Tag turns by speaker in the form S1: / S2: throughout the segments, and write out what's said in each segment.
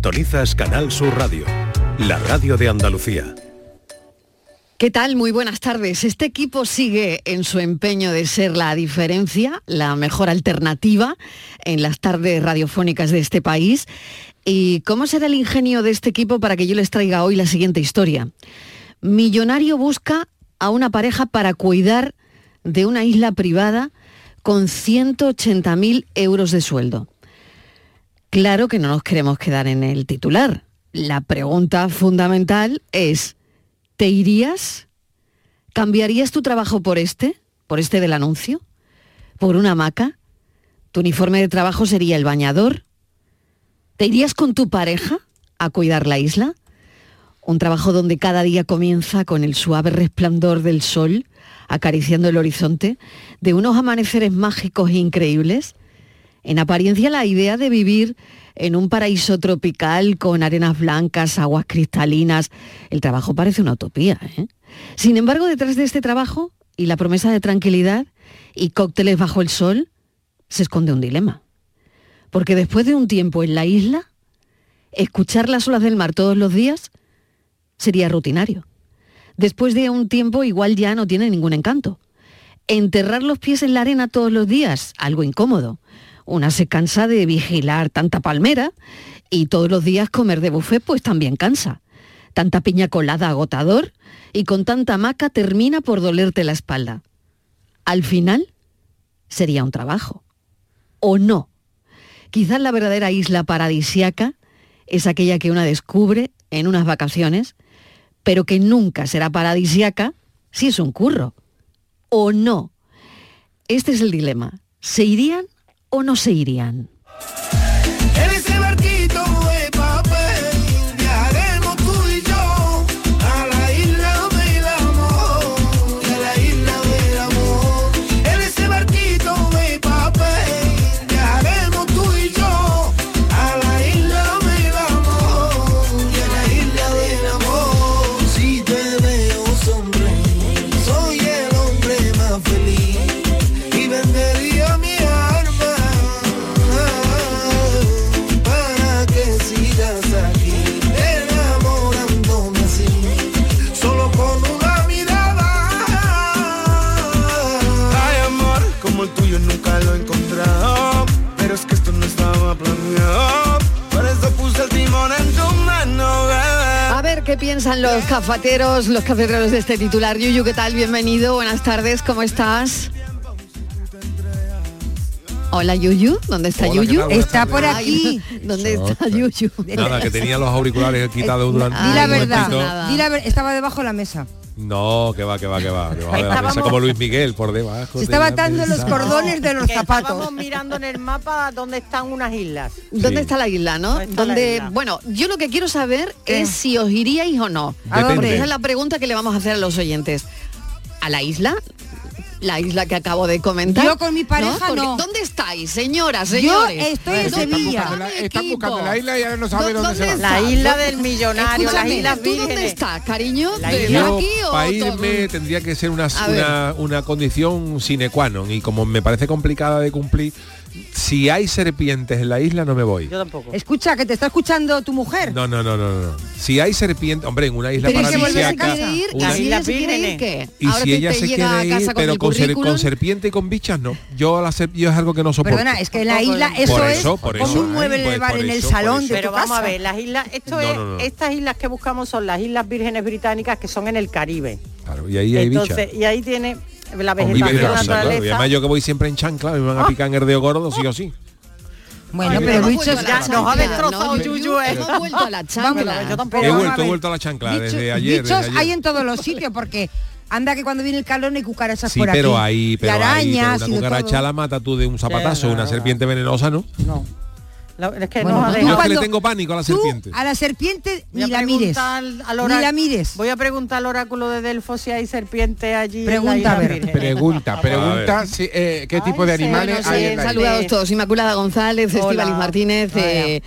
S1: Sintonizas Canal Sur Radio, la radio de Andalucía.
S2: ¿Qué tal? Muy buenas tardes. Este equipo sigue en su empeño de ser la diferencia, la mejor alternativa en las tardes radiofónicas de este país. ¿Y cómo será el ingenio de este equipo para que yo les traiga hoy la siguiente historia? Millonario busca a una pareja para cuidar de una isla privada con 180.000 euros de sueldo. Claro que no nos queremos quedar en el titular. La pregunta fundamental es, ¿te irías? ¿Cambiarías tu trabajo por este? ¿Por este del anuncio? ¿Por una hamaca? ¿Tu uniforme de trabajo sería el bañador? ¿Te irías con tu pareja a cuidar la isla? Un trabajo donde cada día comienza con el suave resplandor del sol, acariciando el horizonte, de unos amaneceres mágicos e increíbles. En apariencia la idea de vivir en un paraíso tropical con arenas blancas, aguas cristalinas, el trabajo parece una utopía. ¿eh? Sin embargo, detrás de este trabajo y la promesa de tranquilidad y cócteles bajo el sol, se esconde un dilema. Porque después de un tiempo en la isla, escuchar las olas del mar todos los días sería rutinario. Después de un tiempo igual ya no tiene ningún encanto. Enterrar los pies en la arena todos los días, algo incómodo. Una se cansa de vigilar tanta palmera y todos los días comer de buffet pues también cansa. Tanta piña colada agotador y con tanta maca termina por dolerte la espalda. Al final sería un trabajo. ¿O no? Quizás la verdadera isla paradisiaca es aquella que una descubre en unas vacaciones, pero que nunca será paradisiaca si es un curro. ¿O no? Este es el dilema. ¿Se irían o no se irían?
S3: En ese barquito de papel viajaremos tú y yo a la isla del amor, y a la isla del amor. En ese barquito de papel viajaremos tú y yo a la isla del amor, y a la isla del amor. Si te veo sonreír, soy el hombre más feliz y vendería mi alma para que sigas aquí enamorándome así solo con una mirada
S4: Ay amor, como el tuyo nunca lo he encontrado Pero es que esto no estaba planeado Por eso puse el timón en tu mano, bebé
S2: A ver qué piensan los cafeteros, los cafeteros de este titular. Yuyu, ¿qué tal? Bienvenido, buenas tardes, ¿cómo estás? Hola Yuyu, ¿dónde está
S5: Hola, ¿qué
S2: Yuyu?
S5: tal? Buenas Está tardes. por
S2: Ay, ¿Dónde está Yuyu? Eh,
S5: Nada, que tenía los auriculares quitados durante
S6: Di la
S5: un momentito.
S6: verdad, di la ver- estaba debajo de la mesa.
S5: No, que va, que va, que va. Que va a ver,
S6: Estábamos-
S5: piensa como Luis Miguel por debajo.
S6: Se estaba
S5: de la
S6: atando los
S5: mesa.
S6: cordones de los
S7: Que
S6: zapatos.
S7: Estábamos mirando en el mapa dónde están unas islas.
S2: ¿Dónde está la isla, no?
S7: está la
S2: Donde,
S7: isla?
S2: bueno, yo lo que quiero saber es si os iríais o no.
S7: ¿A dónde?
S2: Porque esa es la pregunta que le vamos a hacer a los oyentes. ¿A la isla? La isla que acabo de comentar.
S6: Yo con mi pareja
S2: Porque-
S6: no.
S2: ¿Dónde estáis, señoras,
S6: Yo
S2: señores?
S6: estoy en
S2: ¿Dónde
S6: Sevilla.
S2: está mi
S6: Están buscando
S2: equipo?
S6: la isla y ahora no
S2: ¿Dó-
S6: sabe dónde se va. La
S2: está?
S6: isla
S2: ¿Dó-
S6: del millonario,
S2: Escúchame,
S6: las islas
S2: ¿tú dónde
S6: vírgenes.
S2: estás, cariño?
S6: La
S2: ¿De
S5: Yo,
S2: aquí o
S5: para
S2: todo?
S5: irme tendría que ser una,
S2: A
S5: una, una condición sine qua non y como me parece complicada de cumplir, si hay serpientes en la isla no me voy.
S7: tampoco.
S6: Escucha, que te está escuchando tu mujer.
S5: No, no, no, no, no. Si hay serpientes, hombre, en una isla
S6: Pero ¿y si vuelve a
S5: paradisíaca,
S6: quiere ir?
S5: una-
S6: ¿La isla Vírgenes?
S2: ¿Qué?
S5: Y
S2: Ahora
S5: si
S2: te-
S5: ella
S2: te
S5: se
S2: llega a
S5: quiere
S2: casa
S5: ir,
S2: con
S5: pero
S2: el
S5: con, ser-
S2: currículum.
S5: con serpiente y con bichas no. Yo la ser- yo es algo que no soporto.
S6: Perdona, es que la isla, eso
S5: Por
S6: es
S5: eso, por
S6: como
S5: eso,
S6: un
S5: ay,
S6: mueble
S5: pues,
S6: de bar
S5: por
S6: en el
S5: eso,
S6: salón de
S7: Pero
S6: tu
S7: vamos
S6: casa.
S7: a ver, las islas, esto
S5: No,
S7: es,
S5: no, no.
S7: estas islas que buscamos son las islas vírgenes británicas que son en el Caribe.
S5: Claro, y ahí hay bichas.
S7: Entonces, y ahí tiene la
S5: Con
S7: vegetación
S5: víveres, claro, claro. Y
S7: naturaleza.
S5: además yo que voy siempre en chancla, me van a picar en el dedo gordo, sí o sí.
S6: Bueno,
S5: Ay,
S6: pero
S5: hemos
S6: Lucho,
S7: vuelto a la
S6: ya nos ha
S7: chancla, ¿no,
S6: destrozado
S7: Yuyu?
S6: Yuyu, eh.
S7: Hemos vuelto a la
S6: Vamos
S7: chancla.
S6: ver.
S7: Yo tampoco.
S5: He
S6: Vamos
S5: vuelto,
S6: a
S5: he
S6: ver.
S5: vuelto a la chancla
S6: Bichos-
S5: desde ayer. desde
S6: bichos
S5: ayer.
S6: hay en todos los sitios porque anda que cuando viene el calor no hay cucarachas
S5: Sí,
S6: por aquí.
S5: pero ahí, pero
S6: y
S5: ahí, pero
S6: arañas
S5: una
S6: y de
S5: cucaracha
S6: todo.
S5: la mata tú de un zapatazo, una serpiente venenosa, ¿no?
S7: La- es que
S6: Bueno,
S7: nos ha
S6: tú
S5: Yo es que
S7: dejado.
S5: le
S6: cuando-
S5: tengo pánico a la serpiente.
S6: A la serpiente
S7: Voy a
S6: ni la mires.
S7: preguntar al- al
S6: Ni la
S7: oráculo-
S6: mires.
S7: Voy a preguntar al oráculo de Delfos si hay serpiente allí. en la
S6: Pregunta,
S7: isla
S6: a ver.
S2: eh.
S7: virgen.
S8: Pregunta,
S5: A
S8: pregunta
S5: ver.
S8: si, eh, qué tipo de
S7: sí,
S8: animales
S7: no sé,
S8: hay en la isla.
S2: Saludados todos, Inmaculada González,
S7: Hola.
S2: Estíbaliz Martínez, eh,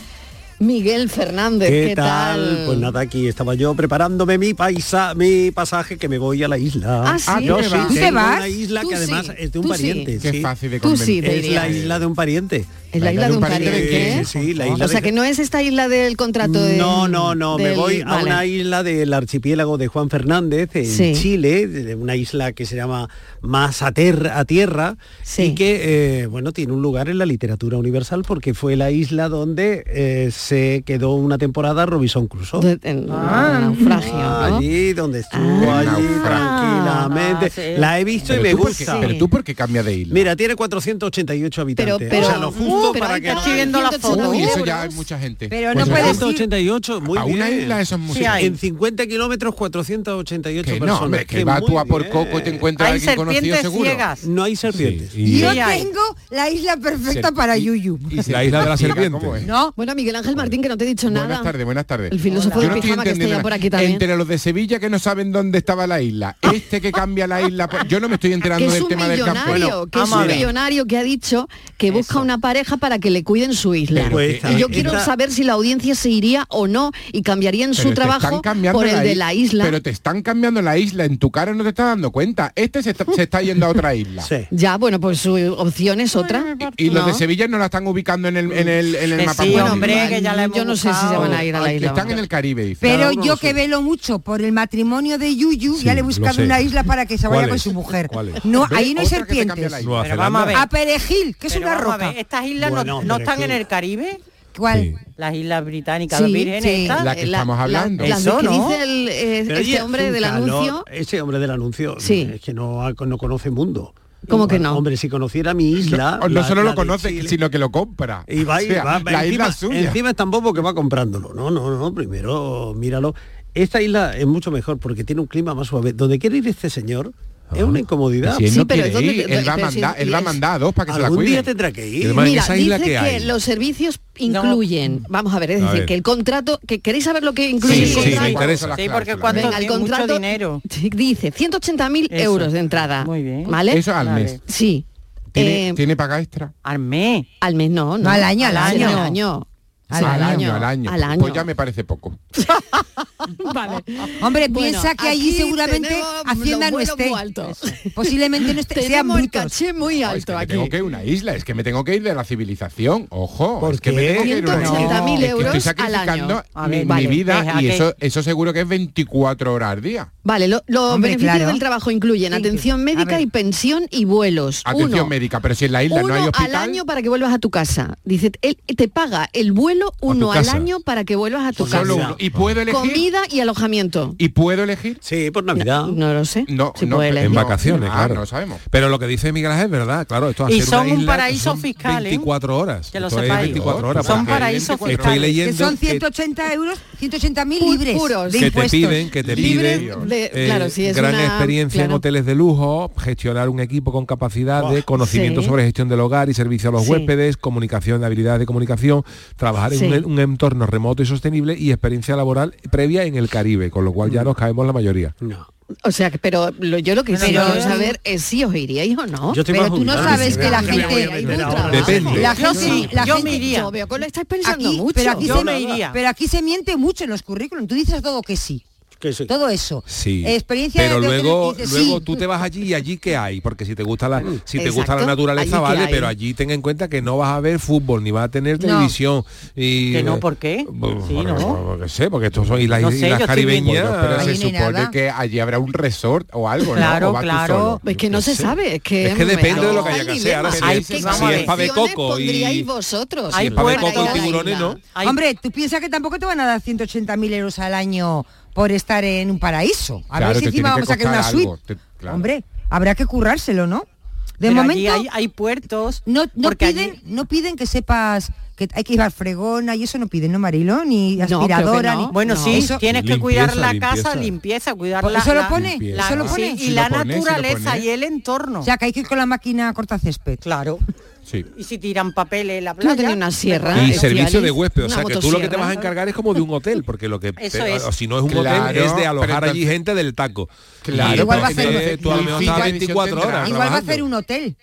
S2: Miguel Fernández, ¿qué,
S9: ¿Qué, tal? Pues nada, aquí estaba yo preparándome mi paisa, mi pasaje que me voy a la isla.
S2: Ah, ¿sí? Ah, ¿tú
S9: Yo
S2: te vas? ¿Tú te
S9: tengo
S2: vas?
S9: una isla
S2: Tú
S9: que además
S2: sí,
S9: es de un
S2: tú sí.
S9: pariente.
S8: Qué fácil de
S2: Tú sí,
S8: convencer.
S2: te
S9: Es la
S2: diría.
S9: isla de un pariente.
S2: ¿En la isla de un
S9: pariente de
S2: pariente? Oh,
S9: quién? Sí, la isla
S2: O sea,
S9: de-
S2: que no es esta isla del contrato de...
S9: No, no, no, me
S2: del-
S9: voy a
S2: vale.
S9: una isla del archipiélago de Juan Fernández, en
S2: Sí.
S9: Chile, de una isla que se llama Más a, Ter- a Tierra, y que, eh, bueno, tiene un lugar en la literatura universal porque fue la isla donde eh, se quedó una temporada Robinson Crusoe.
S8: Ah.
S2: naufragio,
S9: Allí donde estuvo, allí tranquilamente.
S8: Ah,
S9: La he visto y
S8: Pero
S9: me
S8: tú por
S9: gusta.
S8: qué- pero tú por qué cambia de isla.
S9: Mira, tiene 488 habitantes.
S8: pero-
S9: o sea, lo justo
S8: Uh, pero
S9: para
S8: ahí
S9: que...
S8: está viendo la foto. Uy, eso ya hay mucha gente. Pero no puedes ir.
S9: 488, muy
S8: A
S9: bien.
S8: una isla eso es mucho. Sí hay.
S9: En 50 kilómetros, 488
S8: Que no,
S9: personas.
S8: hombre, que
S9: Qué
S8: vas tú
S9: muy
S8: a por
S9: bien.
S8: Coco y te encuentras a Hay alguien conocido serpientes seguro. ciegas.
S9: No hay serpientes.
S6: Yo tengo la isla perfecta
S8: Ser-
S6: para Yuyu.
S5: La isla de la
S8: Mira
S5: serpiente.
S8: cómo es.
S2: No. Bueno, Miguel Ángel Martín, que no te he dicho
S8: Buenas
S2: nada.
S8: tardes, buenas tardes.
S2: El filósofo
S8: Yo
S2: del
S8: no estoy
S2: pijama que
S8: entendiendo
S2: está
S8: nada.
S2: por aquí también. Ah.
S8: Entre los de Sevilla que no saben dónde estaba la isla, este que cambia la isla, por- yo no me estoy enterando
S2: Que es
S8: del
S2: un
S8: tema del campo.
S2: millonario, que es un millonario que ha dicho que busca una pareja para que le cuiden su isla.
S8: Pero que-
S2: y yo
S8: esta-
S2: quiero saber si la audiencia se iría o no y cambiaría en
S8: Pero
S2: su
S8: te
S2: trabajo
S8: están cambiando
S2: por el de
S8: is-
S2: la isla.
S8: Pero te están cambiando la isla, en tu cara no te estás dando cuenta. Este se está, se está yendo a otra isla.
S2: Ya, bueno, pues su opción es otra.
S8: Y los de
S2: No.
S8: Sevilla no la están ubicando en el, en el, en el
S2: Que
S8: mapa.
S2: sí,
S8: mundial.
S2: hombre, que ya la hemos Yo no sé si buscado. se van a ir a la
S8: Ay, que
S2: isla,
S8: Están
S2: vamos.
S8: en el Caribe, dice.
S6: Pero yo que velo mucho por el matrimonio de Yuyu, ya le he
S8: lo
S6: buscado
S8: sé.
S6: una isla para que se vaya
S8: ¿Cuál
S6: con
S8: es?
S6: su mujer.
S8: ¿Cuál es?
S6: No,
S8: Ve,
S6: ahí no
S8: otra que
S6: hay
S8: te
S6: serpientes.
S8: cambia la isla. Nueva Pero vamos
S7: Zelanda. a ver.
S6: Perejil, que es
S7: Pero
S6: una
S7: vamos a
S6: roca.
S7: ver, estas islas no-
S6: Bueno,
S7: no,
S6: pero es
S7: están
S6: que-
S7: en el Caribe.
S6: ¿Cuál?
S7: Las islas británicas,
S6: Sí,
S7: las vírgenes.
S6: sí.
S7: estas.
S9: La que estamos hablando.
S2: las
S9: Eso,
S2: que
S9: ¿no?
S2: dice el, eh,
S9: Pero
S2: este
S9: ella
S2: hombre
S9: hace
S2: del
S9: un calor,
S2: anuncio.
S9: Ese hombre del anuncio es que no, ha- no conoce mundo.
S2: ¿Cómo que
S9: no? Hombre, si conociera mi isla...
S8: Ah, No, no
S9: la-
S8: solo
S9: la
S8: lo
S9: de
S8: conoce,
S9: Chile-
S8: sino que lo compra.
S9: Y va, y
S8: O sea,
S9: va-
S8: la
S9: encima,
S8: isla suya.
S9: encima es tan bobo que va comprándolo. No, no, no, primero míralo. Esta isla es mucho mejor porque tiene un clima más suave. Donde quiere ir este señor es una incomodidad.
S8: Ah. Si él Sí, no pero quiere ¿dónde- ir, él dónde- va a pero si- mandar- él va a mandar a dos para que se la
S9: Algún día
S8: cuiden.
S9: tendrá que ir.
S2: Mira, dice que, los servicios incluyen, vamos a ver, es
S9: A
S2: decir,
S9: ver.
S2: que el contrato, que queréis saber lo que incluye el
S5: sí, me
S2: contrato.
S5: interesa.
S7: Sí, porque cuando
S2: Venga, el
S7: tiene mucho
S2: contrato
S7: dinero.
S2: Sí, dice 180.000
S7: Eso.
S2: euros de entrada. Muy bien. ¿Vale?
S8: Eso al Vale. mes.
S2: Sí.
S8: ¿Tiene,
S2: Eh,
S8: tiene paga extra?
S7: Al mes.
S2: Al mes no, no.
S8: No, al año, al
S2: Sí,
S8: año.
S2: Al año.
S8: Al, año, al año.
S2: Al año.
S8: Pues ya me parece poco.
S2: Vale.
S6: Hombre,
S2: Bueno,
S6: piensa que allí
S2: aquí
S6: seguramente
S2: tenemos los
S6: Hacienda no
S2: vuelos
S6: esté.
S2: muy altos.
S6: Posiblemente no esté. sean
S2: Tenemos el
S6: brutos.
S2: caché muy alto
S8: Me
S2: aquí.
S8: tengo que ir a una isla, es que me tengo que ir de la civilización, ojo. es que me tengo que ir a una isla.
S2: 180.000
S8: Es que
S2: euros
S8: estoy
S2: al
S8: sacrificando
S2: año. A
S8: mi,
S2: ver,
S8: mi
S2: vale,
S8: vida
S2: deja
S8: y
S2: que-
S8: eso, eso seguro que es 24 horas al día.
S2: Vale, lo- los
S8: Hombre,
S2: beneficios
S8: claro.
S2: del trabajo incluyen atención médica y pensión y vuelos.
S8: Atención
S2: Uno.
S8: médica, pero si en la isla
S2: uno
S8: no hay
S2: al
S8: hospital,
S2: año para que vuelvas a tu casa. Dice, él te paga el vuelo uno al
S8: casa.
S2: año para que vuelvas a tu casa.
S8: solo uno. ¿Y puedo elegir?
S2: Comida y alojamiento.
S8: ¿Y puedo elegir?
S9: Sí, por Navidad.
S2: No, lo sé.
S8: No,
S2: Si
S5: No,
S2: puede
S5: en
S2: elegir.
S5: vacaciones,
S8: Ah,
S5: claro.
S8: no lo sabemos.
S5: Pero lo que dice Miguel Ángel es verdad, claro. Esto
S7: Y
S5: hacer
S7: son
S5: una
S7: un
S5: isla que
S7: paraíso
S5: son
S7: fiscal, ¿eh?
S5: 24 horas.
S7: Que lo
S5: Esto es
S7: sepáis.
S5: 24 horas.
S7: Son
S5: porque
S7: paraísos
S5: Estoy
S7: fiscales, que
S6: Que
S5: leyendo
S6: son
S5: que,
S6: 180 euros, 180 mil libres
S2: puros.
S6: de
S5: que te
S6: impuestos.
S5: piden, que te
S6: Libres
S5: piden
S6: de-
S5: eh,
S6: claro, sí, es
S5: gran
S6: una-
S5: experiencia en
S6: claro.
S5: hoteles de lujo, gestionar un equipo con capacidad de conocimiento
S8: sí.
S5: sobre gestión del hogar y servicio a los
S8: Sí.
S5: huéspedes, comunicación, habilidades de comunicación, trabajar
S8: Sí.
S5: en un, un entorno remoto y sostenible y experiencia laboral previa en el Caribe, con lo cual
S7: Mm.
S5: ya nos caemos la mayoría.
S2: O sea, que- pero lo- yo lo que
S5: Pero
S2: quiero
S5: yo-
S2: saber es si os iríais o no.
S5: Yo estoy Pero más tú no jubilado. sabes que la gente- Depende.
S6: La
S2: Yo
S6: gente,
S2: sí,
S6: la
S2: yo
S6: gente-
S2: me iría. Yo veo que lo estáis pensando
S6: Aquí-
S2: mucho.
S6: Pero aquí,
S2: Yo
S6: se,
S2: me iría.
S6: pero aquí se miente mucho en los currículums. Tú dices todo que sí. Todo eso.
S5: Sí.
S6: Experiencia
S5: pero
S6: de hoteles
S5: luego,
S6: dices,
S5: luego
S6: sí.
S5: tú te vas allí y allí qué hay, porque si te gusta la
S7: Mm.
S5: si te gusta la
S8: Exacto,
S5: naturaleza
S8: allí qué
S5: vale,
S8: hay.
S5: pero allí ten en cuenta que no vas a ver fútbol ni vas a tener televisión y
S8: Que no,
S7: ¿Por qué?
S5: Bueno,
S7: Sí,
S5: bueno, pues,
S7: ¿no?
S5: bueno, que sé, porque estos son islas,
S7: No sé,
S5: islas
S7: yo estoy
S5: caribeñas.
S7: viendo.
S8: pero se
S7: Ahí ni
S8: supone
S7: nada.
S8: que allí habrá un resort o algo, ¿no?
S2: Claro,
S8: O vas tú
S2: claro.
S8: solo.
S2: Es que no
S8: Yo
S2: se
S8: qué sé.
S2: sabe, es que-
S5: Es que depende de lo que haya que
S2: Ay,
S5: hacer. Ahora,
S2: ni
S5: si
S2: más.
S5: es,
S2: Ay,
S5: si
S2: vamos a
S5: es
S2: ver.
S5: pa' de
S2: ¿Opciones
S5: coco y,
S2: pondríais vosotros?
S5: si
S2: Hay
S5: es pa' de
S2: puertas
S5: coco
S2: en
S5: y
S2: la
S5: tiburones,
S2: isla.
S5: ¿no?
S6: Hombre, tú piensas que tampoco te van a dar 180 mil euros al año por estar en un paraíso. A
S8: Claro,
S6: ver si
S8: te tiene
S6: encima
S8: que
S6: vamos a quedar una
S8: costar algo,
S6: suite.
S8: te- claro.
S6: Hombre, habrá que currárselo, ¿no? De
S7: Pero allí
S6: momento
S7: hay, hay puertos.
S6: no, no
S7: porque allí-
S6: piden, no piden que sepas que hay que ir al fregona y eso no piden, ¿no, Marilo? Ni
S7: creo que
S6: aspiradora,
S7: no.
S6: ni.
S7: Bueno, sí,
S6: Eso-
S7: tienes que cuidar la casa, limpieza, cuidar la
S6: ¿Eso lo
S7: la-
S6: pone?
S7: la-
S6: ¿Eso lo
S7: sí,
S6: pone?
S7: y la naturaleza y el entorno.
S6: O sea, que hay que ir con la máquina corta césped.
S7: Claro.
S5: Sí.
S7: Y si tiran papeles en la
S2: no
S7: playa.
S2: tenía una sierra.
S5: y
S2: Estialis,
S5: servicio de huésped. O
S2: una
S5: sea, que tú lo que te
S2: motosierra.
S5: vas a encargar es como de un hotel, porque lo que...
S2: Eso
S5: pero,
S2: es.
S5: o Si no es un
S8: Claro,
S5: hotel, es de
S8: pero
S5: alojar allí
S8: entonces-
S5: gente del taco.
S8: Claro,
S5: Y
S8: Igual
S5: entonces
S8: va a ser-
S5: tú a lo
S8: Igual
S5: mejor estás
S8: va a
S5: 24 horas
S8: ser-
S6: Igual va a
S5: trabajando.
S6: hacer un hotel.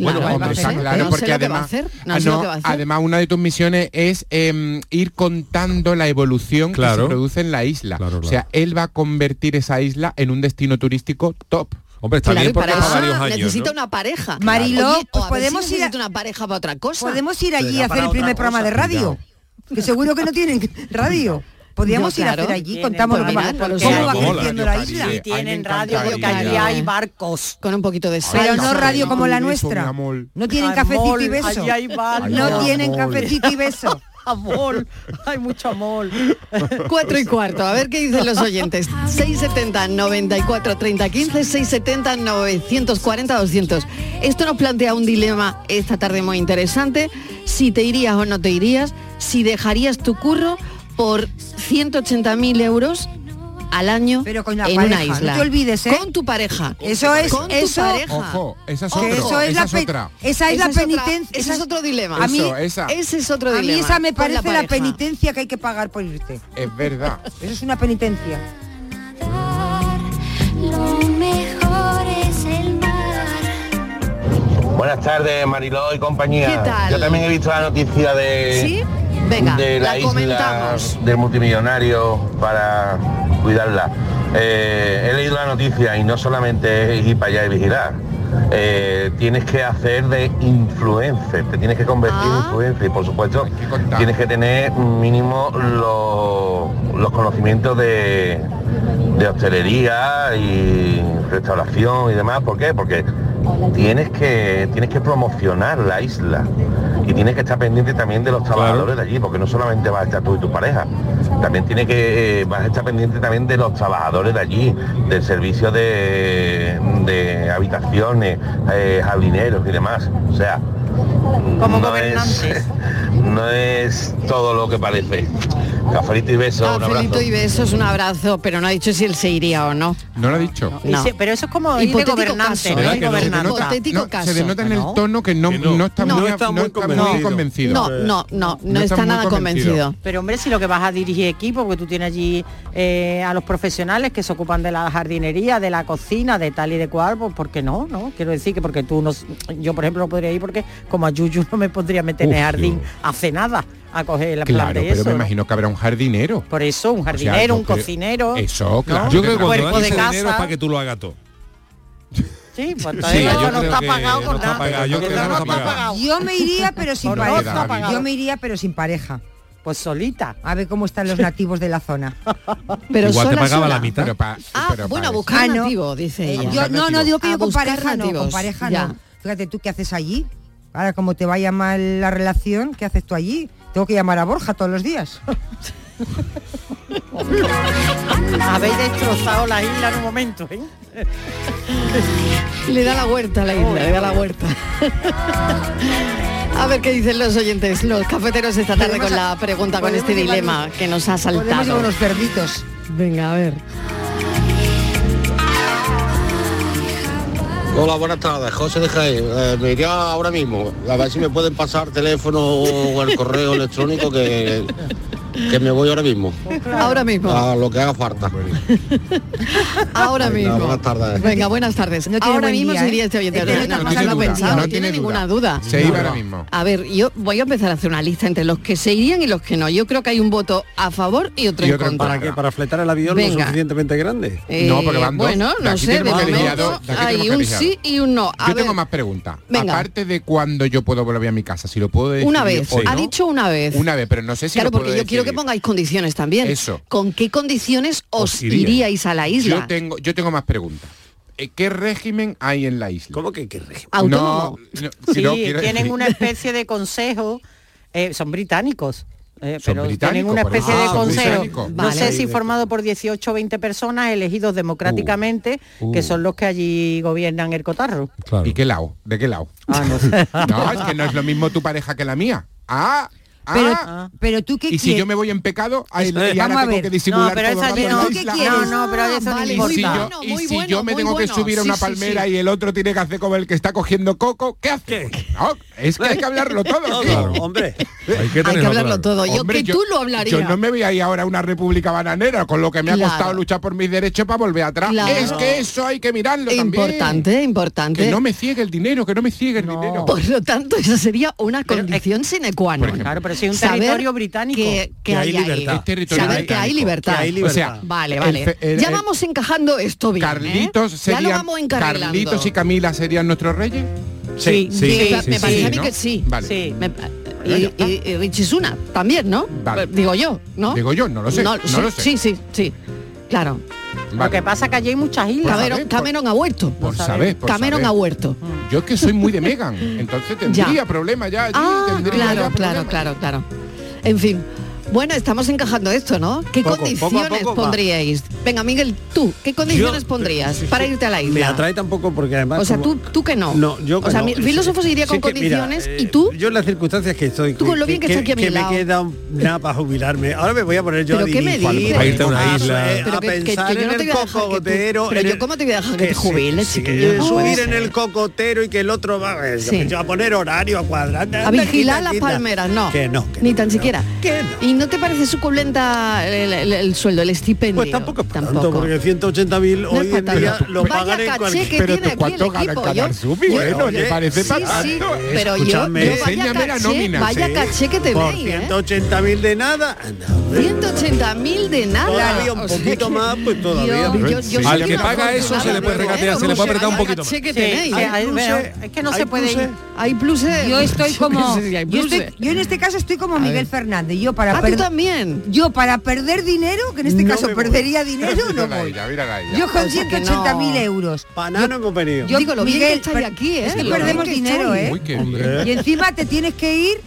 S8: Bueno,
S5: Claro,
S8: hombre,
S5: va a
S8: está
S5: hacer,
S8: claro,
S5: pero no
S8: porque
S5: sé lo que va a
S8: además,
S5: hacer, no
S8: ah,
S5: sé lo
S8: no,
S5: que va a hacer.
S8: además una de tus misiones es em, ir contando la evolución que
S5: Claro.
S8: se produce en la isla. O sea, él va a convertir esa isla en un destino turístico top.
S5: Hombre, está
S2: Claro,
S5: bien
S2: y
S5: porque
S2: para
S5: está
S2: eso
S5: varios años.
S2: necesita
S5: ¿no?
S2: una pareja.
S6: Mariló,
S2: Oye, o a ver
S6: pues
S2: si
S6: podemos ir
S2: necesita una pareja para otra cosa.
S6: Podemos ir allí
S2: Será
S6: a hacer
S2: para
S6: el primer
S2: otra
S6: programa
S2: cosa,
S6: de radio. Que seguro que no tienen radio. Podríamos
S2: No,
S6: ir a
S2: claro.
S6: hacer allí,
S2: Tienen,
S6: contamos lo que va,
S2: tienen, porque
S6: cómo va
S2: hay-
S6: creciendo la isla.
S8: Sí, tienen
S7: radio, porque allí hay barcos.
S2: Con un poquito de
S6: Pero no radio como la nuestra. No tienen
S7: Al
S6: cafecito y
S7: mall,
S6: beso.
S7: allí hay bar.
S6: No
S7: Al
S6: tienen
S7: mall.
S6: cafecito y beso.
S7: Amor, hay mucho amor.
S2: Cuatro y cuarto, a ver qué dicen los oyentes. 670 94 30 15, 670 940 200. Esto nos plantea un dilema esta tarde muy interesante. Si te irías o no te irías, si dejarías tu curro por 180.000 euros al año
S6: Pero con la
S2: en
S6: pareja,
S2: una isla.
S6: no te olvides, ¿eh?
S2: Con tu pareja.
S6: Eso es-
S2: Con tu
S6: eso-
S2: pareja.
S8: Ojo, esa es,
S6: Que
S8: otro,
S6: eso es
S8: esa
S6: la
S8: es
S6: pe-
S8: otra.
S6: Esa es
S2: Esa
S6: la
S2: es otra-
S6: penitencia.
S2: ese es otro dilema.
S6: A mí,
S8: Eso, esa.
S2: Ese es otro
S6: a mí
S2: dilema.
S6: esa me
S2: Con la
S6: parece la,
S2: pareja.
S6: penitencia que hay que pagar por irte.
S8: Es verdad.
S6: Eso es una penitencia.
S10: Lo mejor es el mar.
S11: Buenas tardes, Mariló y compañía.
S2: ¿Qué tal?
S11: Yo también he visto la noticia de,
S2: ¿Sí? Venga,
S11: de la,
S2: la
S11: isla
S2: comentamos.
S11: del multimillonario para cuidarla. Eh, he leído la noticia y no solamente es ir para allá y vigilar. Eh, tienes que hacer de influencer, te tienes que convertir
S2: Ah.
S11: en influencer y por supuesto tienes que tener mínimo los, los conocimientos de, de hostelería y restauración y demás. ¿Por qué? Porque tienes que tienes que promocionar la isla y tienes que estar pendiente también de los trabajadores de allí, porque no solamente vas a estar tú y tu pareja, también tiene que eh, vas a estar pendiente también de los trabajadores de allí, del servicio de, de habitaciones, eh, jardineros y demás. O sea,
S7: Como
S11: no es, no es todo lo que parece. Cafelito y beso, un abrazo.
S2: Ah, Felito y besos, un abrazo, pero no ha dicho si él se iría o no.
S8: No lo ha dicho.
S2: No.
S7: Dice, pero eso es como ir de
S2: Hipotético
S7: gobernante,
S2: caso,
S7: ¿no?
S2: ¿eh?
S7: De gobernante.
S2: Hipotético
S8: No,
S2: caso. Ah,
S8: se denota en el tono que no, no está,
S2: No.
S8: muy,
S2: No está
S8: no
S2: muy
S8: está muy
S2: convencido.
S8: convencido.
S2: No, no, no, no está
S8: muy
S2: nada convencido.
S7: Pero hombre, si lo que vas a dirigir equipo, porque tú tienes allí eh, a los profesionales que se ocupan de la jardinería, de la cocina, de tal y de cual, pues ¿por qué no? ¿No? Quiero decir que porque tú no, yo por ejemplo no podría ir porque como a Yuyu no me podría meter en el
S8: Uf,
S7: jardín hace nada a coger la
S8: Claro,
S7: planta y
S8: pero
S7: eso.
S8: me
S7: ¿no?
S8: imagino que habrá un jardinero.
S7: Por eso, un
S8: sea,
S7: jardinero,
S8: yo
S7: un
S8: creo-
S7: cocinero.
S8: Eso, claro.
S5: Yo creo que cuando
S7: Cuerpo
S5: dan
S7: de
S5: ese
S7: casa.
S5: dinero es para que tú lo hagas todo.
S7: Sí, pues
S5: Sí,
S7: todavía
S5: yo
S7: no, no
S5: creo
S7: está
S5: que
S7: pagado
S5: no
S7: con
S5: está
S7: nada.
S5: pagado, yo
S7: porque
S5: creo que
S7: no
S5: no está
S7: está pagado.
S6: Yo me iría pero sin
S7: Por dos está
S6: pareja.
S7: pagado.
S6: Yo me iría pero sin pareja.
S7: Pues solita.
S6: A ver cómo están los nativos de la zona.
S2: Pero
S5: Igual te
S2: sola,
S5: pagaba
S2: sola.
S5: la mitad.
S8: Pero pa-
S2: Ah,
S8: pero
S2: bueno, a
S8: para
S2: buscar
S6: Ah, no.
S2: nativo, dice
S6: Eh,
S2: ella.
S6: yo no, no digo que
S2: A
S6: yo con
S2: buscar
S6: pareja no, con
S2: nativos,
S6: pareja
S2: ya.
S6: no. Fíjate tú qué haces allí. Ahora como te vaya mal la relación, ¿qué haces tú allí? Tengo que llamar a Borja todos los días.
S7: Habéis destrozado la isla en un momento, ¿eh?
S2: Le da la vuelta a la isla, le da la vuelta. A ver qué dicen los oyentes, los cafeteros esta tarde
S6: Podemos
S2: con
S6: a-
S2: la pregunta, con
S6: podemos
S2: este
S6: llevar-
S2: dilema que nos ha
S6: Podemos ir
S2: saltado.
S6: con los perditos.
S2: Venga, a ver.
S12: Hola, buenas tardes, José de Jaén. Eh, me iría ahora mismo, a ver si me pueden pasar teléfono o el correo electrónico que, que me voy ahora mismo,
S2: Ahora mismo,
S12: a lo que haga falta.
S8: Ah,
S2: ahora
S12: Venga,
S2: mismo.
S12: buenas tardes.
S2: Venga, buenas tardes.
S6: No tiene
S2: Ahora
S6: buen
S2: mismo
S6: día,
S2: se
S6: ¿eh?
S2: iría este oyente.
S6: Este no
S2: No,
S6: tiene
S2: no se lo ha
S8: duda,
S2: pensado, no
S8: no
S2: tiene
S8: tiene
S2: ninguna duda.
S8: Se iba ahora mismo.
S2: A ver, yo voy a empezar a hacer una lista entre los que se irían y los que no. Yo creo que hay un voto a favor y otro,
S8: Y otro en
S2: en contra.
S9: ¿Para qué? ¿Para fletar el avión lo
S2: Venga.
S9: suficientemente grande?
S8: No, porque van dos.
S2: Bueno,
S8: De
S2: no
S8: aquí
S2: sé, de
S8: tenemos que elegir a
S2: momento
S8: dos, de aquí
S2: hay
S8: tenemos que
S2: un
S8: elegir a
S2: sí
S8: dos.
S2: y un no. A
S8: Yo
S2: ver,
S8: tengo más preguntas.
S2: Venga.
S8: Aparte de cuándo yo puedo volver a mi casa, si lo puedo decir
S2: una vez,
S8: hoy,
S2: ha
S8: ¿no?
S2: dicho una vez.
S8: Una vez, pero no sé si
S2: claro,
S8: lo puedo
S2: porque yo quiero que
S8: decidir.
S2: pongáis condiciones también.
S8: Eso.
S2: ¿Con qué condiciones os,
S5: Os iríais.
S2: iríais a la
S8: Yo
S2: isla?
S8: tengo, yo tengo más preguntas. Eh, ¿Qué régimen hay en la isla?
S9: ¿Cómo que qué régimen?
S2: Autónomo.
S8: No, no,
S7: Sí,
S8: si no quiero
S7: tienen
S8: decir-
S7: una especie de consejo, eh, son británicos. eh,
S8: Son
S7: pero tienen
S8: británicos,
S7: una
S8: por
S7: especie
S8: eso.
S7: de
S8: Ah, son
S7: consejo,
S8: británicos.
S7: no sé
S2: Vale.
S7: si formado por 18 o 20 personas elegidos democráticamente,
S8: Uh, uh.
S7: que son los que allí gobiernan el cotarro.
S5: Claro.
S8: ¿Y qué lado? ¿De qué lado?
S7: Ah, no sé.
S8: No, es que no es lo mismo tu pareja que la mía. Ah, ah.
S6: Pero, pero tú qué
S8: y
S6: quieres.
S8: si yo me voy en pecado, ahí,
S9: Eso es.
S8: y ahora
S6: Vamos a
S8: tengo
S6: ver.
S8: que
S7: No,
S8: disimular todo
S7: pero
S8: el
S7: esa
S8: rato en
S7: no,
S8: la
S6: ¿qué
S8: isla.
S7: no,
S6: quieres?
S7: no, pero de eso
S2: Ah, vale,
S7: no
S8: Y si,
S7: importa.
S8: yo,
S2: bueno,
S8: y
S2: muy
S8: si
S2: bueno,
S8: yo me
S2: muy
S8: tengo
S2: bueno.
S8: que subir a una
S2: Sí, sí,
S8: palmera
S2: sí.
S8: y el otro tiene que hacer como el que está cogiendo coco, ¿qué hace? No, es que hay que hablarlo todo. ¿sí?
S9: Claro, hombre.
S5: Hay que,
S2: Hay que
S5: tenerlo
S2: hablarlo
S5: claro.
S2: todo. Yo
S8: Hombre,
S2: que tú lo hablarías.
S8: Yo no me veía ahí ahora a una república bananera, con lo que me ha
S2: Claro.
S8: costado luchar por mis derechos para volver atrás.
S2: Claro.
S8: Es que eso hay que mirarlo
S2: importante,
S8: también.
S2: importante.
S8: Que no me ciegue el dinero, que no me ciegue el dinero.
S2: Por lo tanto, esa sería una
S7: Pero, eh,
S2: condición sine qua
S8: Por
S2: non.
S8: ejemplo.
S7: Claro, pero si es un
S2: saber
S7: territorio británico.
S2: que, que hay, ahí.
S8: Es territorio
S2: saber que hay
S8: británico.
S2: libertad.
S8: Que hay libertad. O sea,
S2: vale,
S8: el
S2: vale.
S8: fe- el-
S2: ya
S8: el-
S2: vamos encajando esto bien. ¿eh?
S8: Carlitos
S2: Ya lo
S8: serían-
S2: vamos encarrilando.
S8: Carlitos y Camila serían nuestros reyes.
S2: Sí, me, me parece a mí
S8: ¿no?
S2: que sí.
S8: Vale.
S2: Me- y, y, y Richie Sunak también, ¿no? Pues,
S8: Vale.
S2: Digo yo, ¿no?
S8: Digo yo, no lo sé, no
S2: sí,
S8: lo sé.
S2: Sí, sí, sí. Claro.
S8: Vale.
S7: que pasa que allí hay muchas islas.
S2: Cameron, Cameron ha vuelto.
S8: Por saber, por
S2: Cameron
S8: saber.
S2: ha vuelto.
S8: Yo es que soy muy de Megan, entonces tendría
S2: Ya.
S8: problemas ya. allí,
S2: Ah,
S8: tendría ya
S2: claro, claro,
S8: problemas.
S2: claro, claro. En fin. Bueno, estamos encajando esto, ¿no? ¿Qué
S9: Poco, poco a
S2: condiciones
S9: poco va.
S2: pondríais? Venga, Miguel, tú, ¿qué condiciones pondrías para irte a la
S9: Me
S2: isla?
S9: atrae tampoco porque además...
S2: O sea,
S9: como-
S2: tú, tú que no.
S9: No, yo
S2: O sea,
S9: no.
S2: mi filósofo se iría
S9: Sí
S2: con
S9: que, mira,
S2: condiciones
S9: eh,
S2: y tú.
S9: Yo en las circunstancias que estoy...
S2: Tú con lo bien que está aquí a mi
S9: que
S2: lado.
S9: me queda un- nada para jubilarme. Ahora me voy a poner yo
S2: ¿Pero
S9: a
S2: qué me
S9: dirigir,
S2: dices?
S9: a-
S2: Para irte a una
S9: a-
S2: isla.
S9: eh,
S2: Pero
S9: A
S2: que- que- que yo no
S9: pensar
S2: te
S9: en
S2: voy
S9: el
S2: a dejar que tú-
S9: cocotero...
S2: pero
S9: en
S2: yo
S9: el-
S2: ¿cómo te voy a dejar que te
S9: sí,
S2: jubiles,
S9: sí,
S2: chiquillo? No puede
S9: Subir
S2: ser.
S9: en el cocotero y que el otro va... eh,
S2: Sí.
S9: Yo a poner horario, a cuadrar...
S2: A vigilar las palmeras, no.
S9: Que no, que
S2: Ni tan siquiera. ¿Y no te parece suculenta el, el- el sueldo, el estipendio? Pues tampoco
S9: Tanto, porque 180.000
S2: No
S9: hoy
S2: está
S9: en
S2: tan
S9: día
S2: mal.
S9: lo
S2: Vaya
S9: pagan en
S2: caché
S9: cualquier...
S2: que tiene aquí el equipo, yo- yo-
S8: oye, sí, sí,
S2: pero yo-
S9: Escúchame.
S2: yo vaya Enséñame la caché, nómina. vaya caché que te
S9: Por
S2: veis, ¿eh?
S9: 180.000 de nada,
S2: 180.000 de nada.
S9: todavía un
S2: O sea
S9: poquito
S2: que-
S9: más, pues todavía.
S2: Yo- yo- yo
S5: Al
S2: soy
S5: que
S2: una
S5: paga eso se le puede
S2: afortunada,
S5: regatear, se le puede apretar un poquito más.
S2: Che que
S7: Sí,
S2: tenéis.
S7: sí, hay-
S6: eh,
S7: bueno, es que no se puede ir.
S2: Hay eh. pluses.
S7: Yo estoy
S2: qué
S7: como-
S2: sé si hay
S6: Yo,
S2: pluses.
S6: estoy- yo en este caso estoy como
S2: A
S6: Miguel
S2: ver.
S6: Fernández. Yo para
S2: Ah, tú
S6: perder
S2: también.
S6: Yo para perder dinero, que en este
S9: No
S6: caso
S9: me voy.
S6: perdería dinero, no voy. Yo con
S2: O sea que
S6: 180.000
S2: no.
S6: euros.
S9: Para nada no hemos venido.
S2: Yo digo lo bien que estáis
S6: per-
S2: aquí, ¿eh?
S6: Es que
S2: Lo bien
S6: perdemos
S2: que
S6: dinero,
S2: estáis.
S6: ¿eh?
S9: Uy, qué Hombre.
S6: Y encima te tienes que ir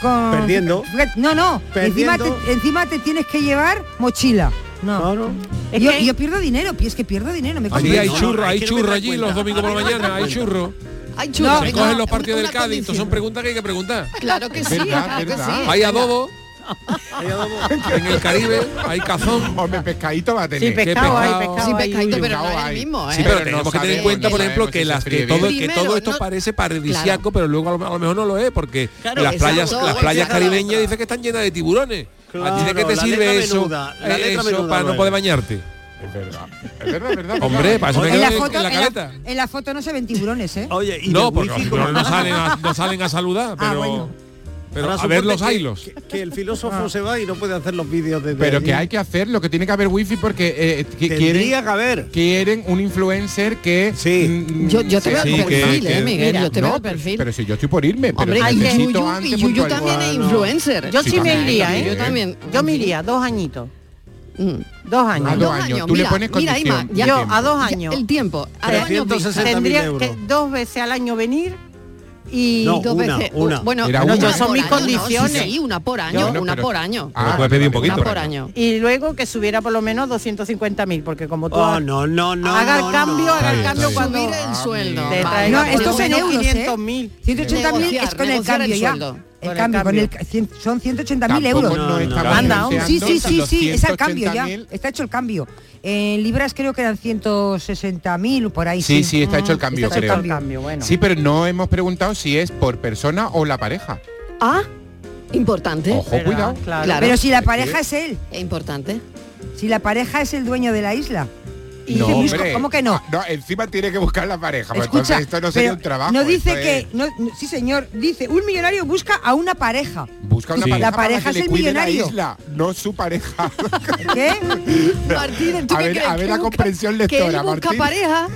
S6: con...
S9: Perdiendo.
S6: Fíjate, No, no. Encima
S9: Perdiendo.
S6: te, encima te tienes que llevar mochila. No.
S7: Es
S6: Yo,
S7: que-
S6: yo pierdo dinero, pi- es que pierdo dinero. Me
S5: Allí
S6: compro-
S5: hay
S6: No,
S5: churro,
S6: no,
S5: hay
S6: es que no me
S5: churro
S6: da
S5: allí
S6: cuenta.
S5: los domingos por la mañana, hay churro.
S2: Hay
S6: churro.
S5: Se
S6: No,
S5: cogen
S6: no,
S5: los partidos
S6: una
S5: del Cádiz, entonces son preguntas que hay que preguntar.
S2: Claro que sí,
S5: Verdad,
S2: claro que
S5: verdad.
S2: sí.
S5: Hay adobo. en el Caribe hay cazón.
S8: Hombre, pescadito va a tener.
S5: Sí, pescado hay, pescado
S2: Sí, pescadito, pero
S8: Pescado
S2: no es el
S8: hay.
S2: mismo, ¿eh?
S5: Sí, pero
S8: Pero
S5: tenemos
S8: no
S5: que tener en
S8: sabemos,
S5: cuenta,
S8: no
S5: por ejemplo,
S8: sabemos
S5: que,
S8: si
S5: las,
S8: se
S5: que,
S8: fríe
S5: todo,
S8: bien.
S5: que todo
S8: Primero,
S5: esto
S8: no-
S5: parece paradisiaco, pero luego a lo, a lo mejor no lo es, porque
S9: Claro,
S5: las playas,
S9: exacto,
S5: las playas
S9: esa es la
S5: caribeñas
S9: otra.
S5: dicen que están llenas de tiburones. ¿A ti de qué
S9: Claro,
S5: te
S9: la
S5: sirve
S9: letra
S5: eso,
S9: menuda, la letra
S5: eso
S9: menuda
S5: para no
S9: luego.
S5: poder bañarte?
S8: Es verdad. Es verdad, es verdad.
S5: Hombre, para eso me
S6: En
S5: quedo
S6: la,
S5: en-
S6: foto,
S5: en la
S6: en la-
S5: caleta.
S6: en la foto no se ven tiburones, ¿eh?
S9: Oye, y
S5: No,
S9: de
S5: porque
S9: wifi,
S5: los
S9: ¿cómo?
S5: tiburones no salen a, no salen a saludar, pero, pero
S9: Ahora
S5: a ver
S9: suponte
S5: los
S9: que-
S5: hilos.
S9: Que, que el filósofo se va y no puede hacer los vídeos desde
S8: Pero que
S9: allí.
S8: hay que hacerlo, que tiene que haber wifi porque eh, que
S9: Tendría
S8: quieren,
S9: que haber.
S8: quieren un influencer que... mm, Sí.
S2: Yo- yo te veo el perfil, eh, Miguel, yo te veo el
S8: perfil. Pero si yo estoy por irme, pero
S2: Hombre, y
S8: necesito
S2: Yuyu,
S8: antes
S2: y Yuyu
S8: puntualizar.
S2: también es influencer.
S7: Yo sí, me
S8: también,
S7: iría,
S8: también.
S7: ¿eh? Yo también. Yo me iría, dos añitos. Dos años.
S8: A dos años. Tú le pones
S2: mira, Ima,
S8: condición.
S2: ya-
S7: Yo, a dos
S2: Mm, ya-
S7: años.
S2: el tiempo. A dos años vista.
S7: 360.000 Tendría que dos veces al año venir y
S2: No, Dos una, veces. una. Bueno, Era una
S7: yo-
S2: por
S7: son mis
S2: año, no,
S7: condiciones.
S2: sí, sí, una por año, Bueno, una pero- por año.
S5: Ah, puedes pedir un poquito.
S2: Una por año.
S7: Y luego que subiera por lo menos 250.000, porque como tú
S9: Oh,
S7: has-
S9: no, no, no.
S7: haga
S9: no,
S7: el cambio,
S9: no.
S7: haga el cambio cuando
S2: el sueldo.
S7: Te
S2: Vale.
S7: traiga
S6: Ah, No,
S7: por lo
S6: esto es en
S7: menos
S6: euros, ¿eh?
S7: 500.000.
S6: 180.000 es
S2: Negociar,
S6: con el
S2: negociar
S6: cambio
S2: el
S6: ya.
S2: sueldo.
S6: El
S2: Con el
S6: cambio, con
S2: cambio.
S6: el ca- cien- son 180.000
S8: Tampoco
S6: euros.
S8: no estamos
S6: Anda,
S8: negociando
S6: sí, sí, sí, sí, es
S8: 280.000.
S6: el cambio ya. Está hecho el cambio. En libras creo que eran 160.000 o por ahí. Mm,
S8: Sí, sí, está hecho el cambio,
S6: Está hecho
S8: creo.
S6: el cambio.
S8: Sí, pero no hemos preguntado si es por persona o la pareja.
S2: Ah, importante.
S8: Ojo, ¿Verdad? cuidado. Claro.
S6: Pero si la
S8: Es que-
S6: pareja es él.
S2: Es importante.
S6: Si la pareja es el dueño de la isla. Y
S8: No,
S6: dice, "Busco-
S8: hombre.
S6: ¿Cómo que no?
S8: Ah, No, encima tiene que buscar la pareja. pues
S6: Escucha,
S8: entonces esto no sería
S6: pero
S8: un trabajo.
S6: No dice
S8: esto
S6: que,
S8: es-
S6: no- no- sí señor, dice un millonario busca a una pareja.
S8: Busca una
S6: Sí.
S8: pareja
S6: La
S8: para
S6: pareja
S8: que
S6: es
S8: le
S6: el
S8: cuide
S6: millonario.
S8: La isla, no su pareja.
S6: ¿Qué?
S2: Martín, ¿tú
S8: a
S2: qué
S8: ver,
S2: crees?
S8: a ver
S2: ¿Que
S8: la
S2: busca-
S8: comprensión
S2: que él
S8: lectora,
S2: busca
S8: Martín.
S2: pareja.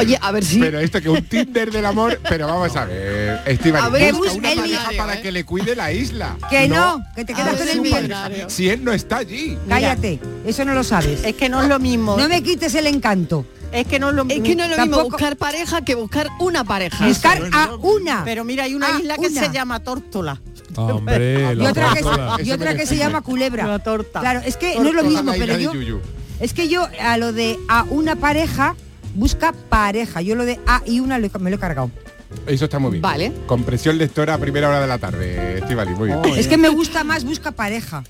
S2: Oye, a ver si.
S8: Pero esto que un Tinder del amor, pero vamos a ver, Estivali,
S2: A ver,
S8: busca
S2: busca
S8: una
S2: el
S8: pareja
S2: millonario,
S8: para
S6: ¿eh?
S8: que le cuide la isla.
S6: Que no, que te
S2: A
S8: Ah,
S6: quedas
S2: ver,
S6: con
S2: el
S6: el millonario.
S2: millonario.
S8: Si él no está allí.
S6: Cállate, eso no lo sabes.
S7: Es que no es lo mismo.
S6: No me quites el encanto.
S7: Es que no es lo
S2: Es que no es lo mismo
S6: Tampoco-
S2: buscar pareja que buscar una pareja.
S6: Buscar a una.
S7: Pero mira, hay una
S6: A
S7: isla que
S6: una.
S7: se llama Tórtola.
S5: Hombre,
S6: Y
S5: la
S6: otra que,
S5: tortura.
S6: se, Ah, y otra que se llama culebra.
S7: Una torta.
S6: Claro, es que no es lo
S8: Torta
S6: mismo,
S8: la isla
S6: pero
S8: de
S6: yo.
S8: Yuyu.
S6: Es que yo a lo de a una pareja busca pareja. Yo lo de a y una lo- me lo he cargado.
S8: Eso está muy bien.
S2: Vale.
S8: Compresión lectora a primera hora de la tarde, Estivali, muy bien.
S6: Es que me gusta más busca pareja.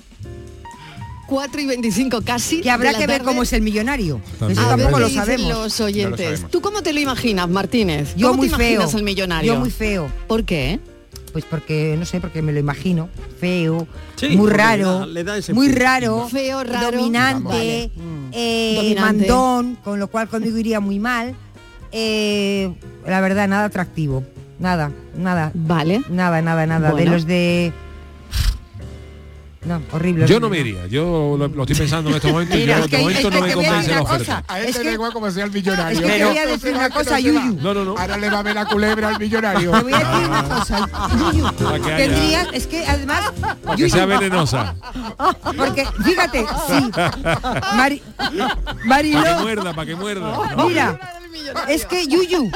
S2: 4 y 25 casi.
S6: Que habrá
S2: de la
S6: que ver
S2: tarde.
S6: cómo es el millonario.
S2: A
S6: Eso
S2: ver
S6: tampoco
S2: qué
S6: lo
S2: dicen
S6: sabemos.
S2: los oyentes.
S6: No lo sabemos.
S2: ¿Tú cómo te lo imaginas, Martínez?
S6: Yo
S2: ¿Cómo
S6: muy
S2: te imaginas
S6: feo.
S2: el millonario?
S6: Yo muy feo.
S2: ¿Por qué?
S6: Pues porque, no sé, porque me lo imagino. Feo,
S9: Sí,
S6: muy
S9: porque le
S6: raro,
S9: da- le da ese
S6: muy
S9: punto.
S6: raro,
S2: Feo, raro.
S6: dominante, eh,
S2: Dominante.
S6: mandón, con lo cual conmigo iría muy mal. Eh, la verdad, nada atractivo. Nada, nada.
S2: Vale.
S6: Nada, nada, nada. De
S5: Bueno.
S6: los de... No, horrible.
S5: Yo no me iría, yo lo, lo estoy pensando en este momento. y
S6: Mira,
S5: yo
S6: es
S5: de
S6: que-
S5: momento
S6: es
S5: no
S6: que
S5: me
S6: te voy a
S5: convence
S6: decir
S5: la
S6: una
S5: oferta.
S8: A este le da igual como sea el millonario.
S6: Es que te voy a decir una cosa, Yuyu.
S5: No, no, no.
S8: Ahora le va a ver la culebra al millonario.
S6: Te voy a decir una cosa, Yuyu.
S5: Para que haya-
S6: Tendría, es que además...
S5: Para que sea venenosa.
S6: Porque, fíjate, sí. Mari, Mariló. Oh,
S5: Para que muerda, para que muerda.
S6: Mira, es que Yuyu,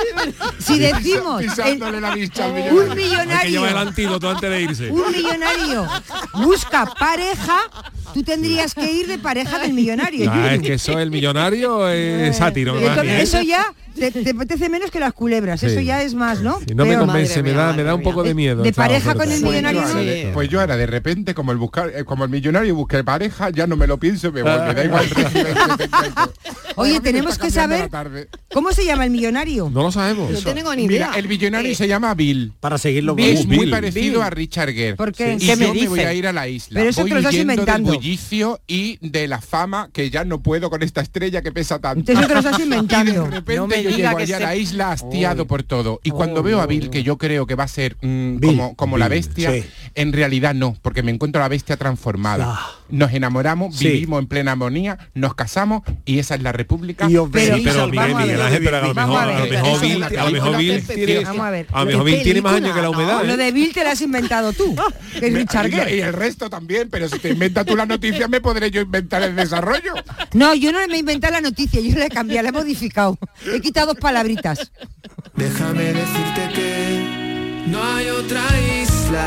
S6: si
S5: Pisa-
S6: decimos el-
S5: pisándole la bicha al
S6: un
S5: Hay que llevar el
S6: millonario,
S5: antídoto antes de irse.
S6: un millonario busca pareja, tú tendrías que ir de pareja del millonario.
S5: Ah, es
S6: Yuyu.
S5: que eso el millonario es sátiro. me
S6: Entonces,
S5: parece, ¿eh?
S6: eso ya te, te apetece menos que las culebras,
S5: Sí.
S6: eso ya es más, ¿no?
S5: Y no me
S6: Peor.
S5: convence, me da, me da un poco de miedo.
S6: De
S5: esta
S6: pareja con
S5: oferta.
S6: el millonario.
S8: Pues yo ahora-
S6: no.
S8: Pues yo ahora de repente como el buscar eh, como el millonario busque pareja ya no me lo pienso y me voy, me da igual.
S6: Oye, tenemos que saber cómo se llama el millonario.
S5: No lo sabemos.
S6: No tengo ni
S8: Mira,
S6: idea.
S8: el millonario se llama Bill.
S9: Para seguirlo
S8: Es
S9: Uh,
S8: muy
S9: Bill.
S8: parecido
S9: Eh, Bill.
S8: a Richard Gere.
S9: ¿Por qué?
S8: Y
S9: ¿Qué
S8: yo me,
S9: me
S8: voy
S9: dices?
S8: a ir a la isla.
S9: Pero eso
S8: voy
S9: te lo estás
S8: huyendo
S9: inventando.
S8: del bullicio y de la fama que ya no puedo con esta estrella que pesa tanto.
S6: Eso te lo estás
S8: Y de
S6: inventando.
S8: repente
S6: No me
S8: yo
S6: diga
S8: llego
S6: que
S8: allá a
S6: se-
S8: la isla hastiado por todo. Y cuando veo a Bill, que yo creo que va a ser mm, como, como la
S9: Bill,
S8: bestia,
S9: sí.
S8: en realidad no, porque me encuentro a la bestia transformada.
S9: Ah.
S8: Nos enamoramos,
S9: Sí.
S8: vivimos en plena armonía, nos casamos y esa es la república.
S9: Y os Pero- venís
S5: Pero Miguel, Miguel Ángel, pero a lo mejor, a lo mejor Bill, a lo mejor Bill tiene,
S6: Vamos a ver.
S5: a lo mejor Bill tiene más años que la humedad.
S6: Lo
S5: ¿eh?
S6: de Bill te lo has inventado tú, que es
S8: Me-
S6: Richard
S8: y la-
S6: Gere.
S8: Y el resto también, pero si te inventas tú las noticias, me podré yo inventar el desarrollo.
S6: No, yo no me he inventado la noticia, yo la he cambiado, la he modificado. He quitado dos palabritas.
S3: Déjame decirte que no hay otra isla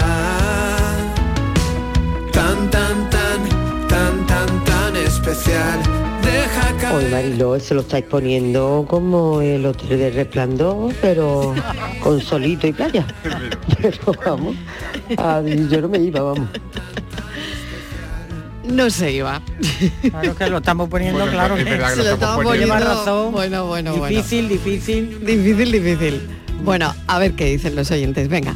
S3: tan tan tan tan tan tan especial. Deja que
S13: Hoy Mariló se lo estáis poniendo como el hotel de resplandor, pero con solito y playa. Pero vamos, a- yo no me iba, vamos.
S2: No se iba.
S7: Claro que lo estamos poniendo,
S13: Bueno,
S7: claro.
S13: es verdad que lo
S2: Se lo estamos poniendo.
S7: Lleva razón.
S2: Bueno, bueno, bueno.
S7: Difícil, difícil.
S2: Difícil, difícil. Bueno, a ver qué dicen los oyentes. Venga.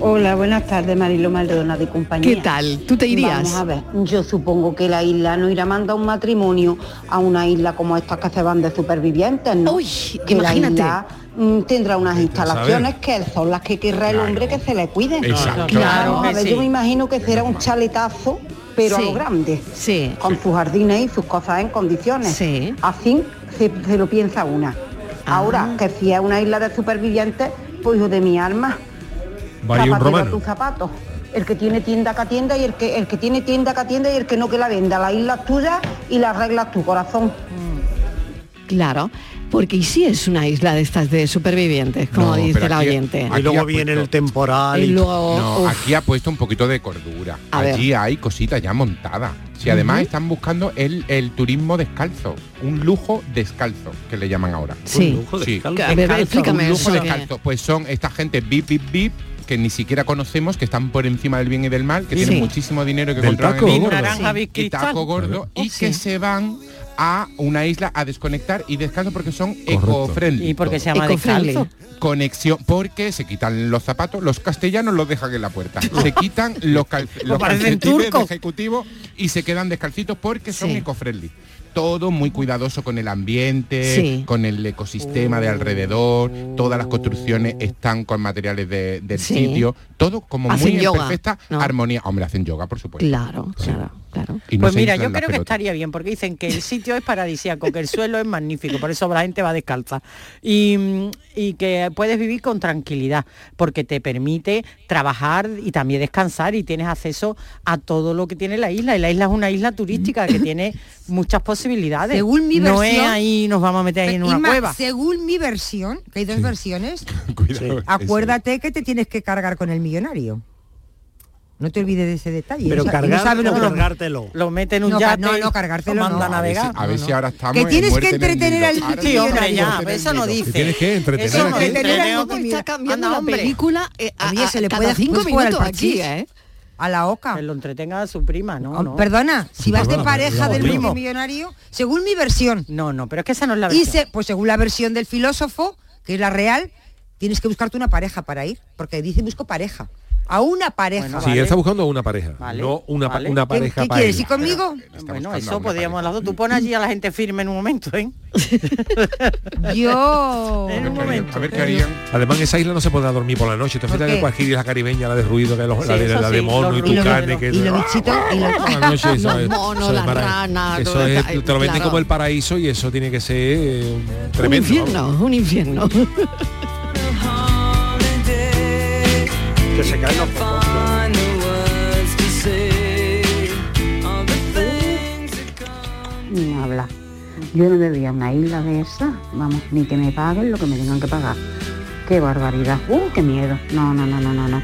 S14: Hola, buenas tardes, Marilo Maldonado y compañía.
S2: ¿Qué tal? ¿Tú te irías?
S14: Vamos a ver, yo supongo que la isla no irá a mandar un matrimonio a una isla como estas que se van de supervivientes, ¿no? que
S2: imagínate.
S14: la isla mm, tendrá unas instalaciones
S2: saber.
S14: que son las que querrá el hombre que se le cuide.
S2: Exacto. Claro
S14: Vamos a
S2: que
S14: ver,
S2: sí.
S14: yo me imagino que será un chaletazo, pero a
S2: Sí.
S14: lo grande.
S2: Sí.
S14: Con sus jardines y sus cosas en condiciones.
S2: Sí.
S14: Así se, se lo piensa una. Ahora, que si es una isla de supervivientes, pues hijo de mi alma.
S5: Va ahí un
S14: Zapatero a
S5: romano.
S14: tus zapatos. El que tiene tienda que atienda y el que el que tiene tienda que atienda y el que no que la venda. La isla es tuya y la arreglas tu corazón.
S2: Claro, porque y si es una isla de estas de supervivientes, como
S8: No,
S2: dice
S8: pero
S2: la
S8: aquí-
S2: oyente.
S8: aquí ha puesto-
S2: Y luego,
S8: No,
S2: uf.
S8: aquí ha puesto un poquito de cordura.
S2: A ver.
S8: Allí hay cositas ya montadas. Si además
S2: Ujú.
S8: están buscando el, el turismo descalzo, un lujo descalzo, que le llaman ahora.
S2: Sí. Un lujo descalzo. A ver, Descalzo. explícame
S8: Un lujo
S2: eso, que-
S8: descalzo. Pues son esta gente bip, bip, bip, que ni siquiera conocemos, que están por encima del bien y del mal, que
S5: Sí.
S8: tienen muchísimo dinero y que
S5: Del
S8: controlan
S5: taco
S8: el
S5: gordo.
S8: dinero.
S5: Naranja, Big
S8: y
S5: Cristal.
S8: taco gordo,
S2: Oh,
S8: y que se van a una isla a desconectar y descalzo porque son eco-friendly.
S7: ¿Y por qué se llama Eco-friendly. descalzo?
S8: Conexión, porque se quitan los zapatos, los castellanos los dejan en la puerta. Se quitan los, cal- los
S7: Pues parecen
S8: calcetines de
S7: turcos.
S8: ejecutivo y se quedan descalcitos porque son
S7: Sí.
S8: eco-friendly. Todo muy cuidadoso con el ambiente,
S5: Sí.
S8: con el ecosistema de alrededor, todas las construcciones están con materiales de- del
S2: Sí.
S8: sitio, todo como
S2: Hacen
S8: muy
S2: yoga,
S8: en perfecta armonía. Hombre, hacen yoga, por supuesto.
S2: Claro, claro, claro.
S8: Y no
S7: Pues
S8: se
S7: mira,
S8: inflan
S7: yo
S8: las
S7: creo que
S8: pelotas.
S7: estaría bien, porque dicen que el sitio es paradisíaco, que el suelo es magnífico, por eso la gente va descalza. Y, mm, y que puedes vivir con tranquilidad, porque te permite trabajar y también descansar y tienes acceso a todo lo que tiene la isla. Y la isla es una isla turística que tiene muchas posibilidades.
S6: Según mi
S7: No es
S6: versión-
S7: ahí nos vamos a meter ahí en una
S6: Inma,
S7: cueva.
S6: Según mi versión, que hay dos versiones,
S8: Cuidado.
S6: acuérdate que te tienes que cargar con el millonario. No te olvides de ese detalle.
S9: Pero
S6: O sea, no
S9: cargar
S6: sabes lo
S9: o
S6: que lo-
S9: cargártelo.
S7: Lo meten en un
S6: No,
S7: yate.
S6: no, no,
S7: lo
S6: cargártelo
S7: manda
S6: no.
S7: a navegar.
S8: A ver si ahora estamos
S6: Que
S8: en
S6: tienes que
S8: muerte en el
S6: entretener
S8: nido.
S6: al
S8: Ahora
S7: Sí,
S8: estamos
S7: hombre,
S8: en
S7: ya, pues
S8: muerte en
S7: eso
S8: el
S7: no
S8: nido.
S7: dice.
S5: Tienes que entretener
S7: Eso
S5: a
S7: no
S5: la gente.
S7: entretener al
S2: Creo que está cambiando
S7: Anda,
S2: la
S7: hombre.
S2: película eh,
S7: ah,
S2: a,
S6: Oye,
S2: a-
S6: se le
S2: cada
S6: puede-
S2: cinco
S6: puedes jugar al
S2: minutos aquí,
S6: parchís.
S2: ¿eh?
S6: A la oca. Ah,
S7: Que lo entretenga a su prima, ¿no? no.
S6: Perdona, si vas de
S7: Perdona,
S6: pareja
S7: no,
S6: del
S7: primo.
S6: multimillonario, según mi versión.
S7: No, no, pero es que esa no es la
S6: Y
S7: versión.
S6: se- pues según la versión del filósofo, que es la real, tienes que buscarte una pareja para ir, porque dice busco pareja. A una pareja.
S5: Si él está buscando a una pareja, no una, pa-
S7: vale.
S5: una pareja
S6: ¿Qué
S5: para
S6: quieres
S5: él.
S6: ir conmigo?
S7: Bueno, eso podríamos las dos. Tú pones allí a la gente firme en un momento, ¿eh?
S6: Yo.
S7: En un momento.
S8: A ver qué harían.
S5: Además, en esa isla no se podrá dormir por la noche. Te fijas
S6: qué?
S5: que Cuajiri es la caribeña, la de ruido, que los-
S6: Sí,
S5: la, de,
S6: eso
S5: la de
S6: sí,
S5: mono
S6: los
S5: y
S6: ruidos,
S5: tucane.
S6: los-
S5: que
S6: y los bichitos, y los-
S5: Por la noche, eso
S6: Los
S5: es-
S6: monos,
S5: eso es
S6: las
S5: maravilloso.
S6: ranas,
S5: Eso
S6: todo
S5: es,
S6: está-
S5: te lo venden
S2: claro.
S5: como el paraíso y eso tiene que ser eh, tremendo.
S2: Un infierno, un infierno.
S3: Que se caen los
S13: ni hablar. Yo no me voy a una isla de esa, vamos, ni que me paguen lo que me tengan que pagar. Qué barbaridad, uh, qué miedo. No, no, no, no, no, no.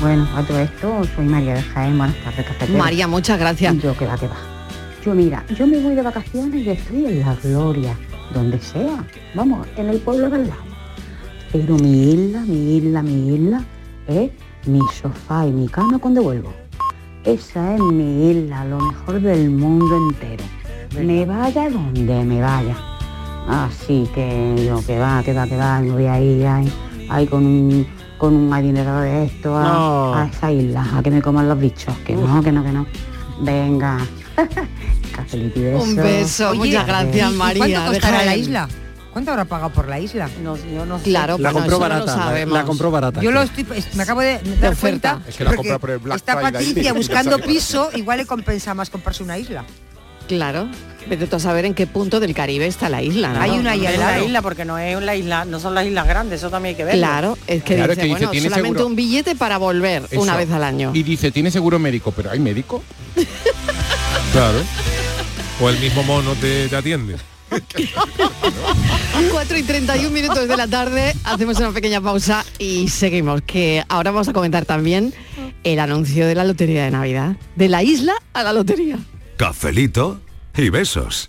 S13: Bueno, a todo esto soy María de Jaén, buenas tardes, cafetera.
S2: María, muchas gracias.
S13: Yo que va, que va. Yo mira, yo me voy de vacaciones y estoy en la gloria, donde sea, vamos, en el pueblo del lado. Pero mi isla, mi isla, mi isla es mi sofá y mi cama cuando vuelvo. Esa es mi isla, lo mejor del mundo entero. Me vaya donde me vaya. Así que yo que va, que va, que va, me voy ahí, ahí, ahí con un con un adinerado de esto a,
S10: No.
S13: a esa isla, a que me coman los bichos, que no, que no, que no. Venga. Cafelito y beso.
S2: Un beso,
S6: Oye,
S2: muchas gracias,
S6: ¿y- y
S2: María.
S6: ¿Cuánto costará
S2: Deja
S6: la
S2: en-
S6: isla? ¿Cuánto habrá pagado por la isla?
S7: No, yo no
S2: Claro, pues
S3: La bueno, compró eso no lo barata, la- sabemos. la compró barata.
S6: Yo lo estoy, es- me acabo de dar cuenta.
S3: Es que la
S6: porque
S3: compra por el Black
S6: Está
S3: Friday.
S6: Patricia buscando
S3: Ya sabe.
S6: piso, igual le compensa más comprarse una isla.
S2: Claro. Vete tú a saber en qué punto del Caribe está la isla. ¿no?
S7: isla, Ah, la isla porque no es una isla, no son las islas grandes, eso también hay que verlo.
S2: Claro, es que
S8: Claro,
S2: dice,
S8: que dice,
S2: bueno,
S8: tiene
S2: solamente
S8: seguro-
S2: un billete para volver una
S8: Eso.
S2: vez al año.
S8: Y dice, tiene seguro médico, pero ¿hay médico?
S5: Claro. O el mismo mono te, te atiende.
S2: 4 y 31 minutos de la tarde, hacemos una pequeña pausa y seguimos, que ahora vamos a comentar también el anuncio de la Lotería de Navidad, de la isla a la lotería.
S4: Cafelito y besos.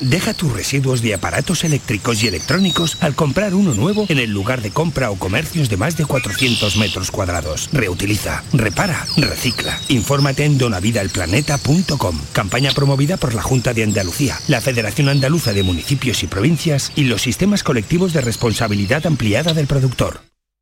S15: Deja tus residuos de aparatos eléctricos y electrónicos al comprar uno nuevo en el lugar de compra o comercios de más de 400 metros cuadrados. Reutiliza, repara, recicla. Infórmate en donavidaelplaneta.com. Campaña promovida por la Junta de Andalucía, la Federación Andaluza de Municipios y Provincias y los sistemas colectivos de responsabilidad ampliada del productor.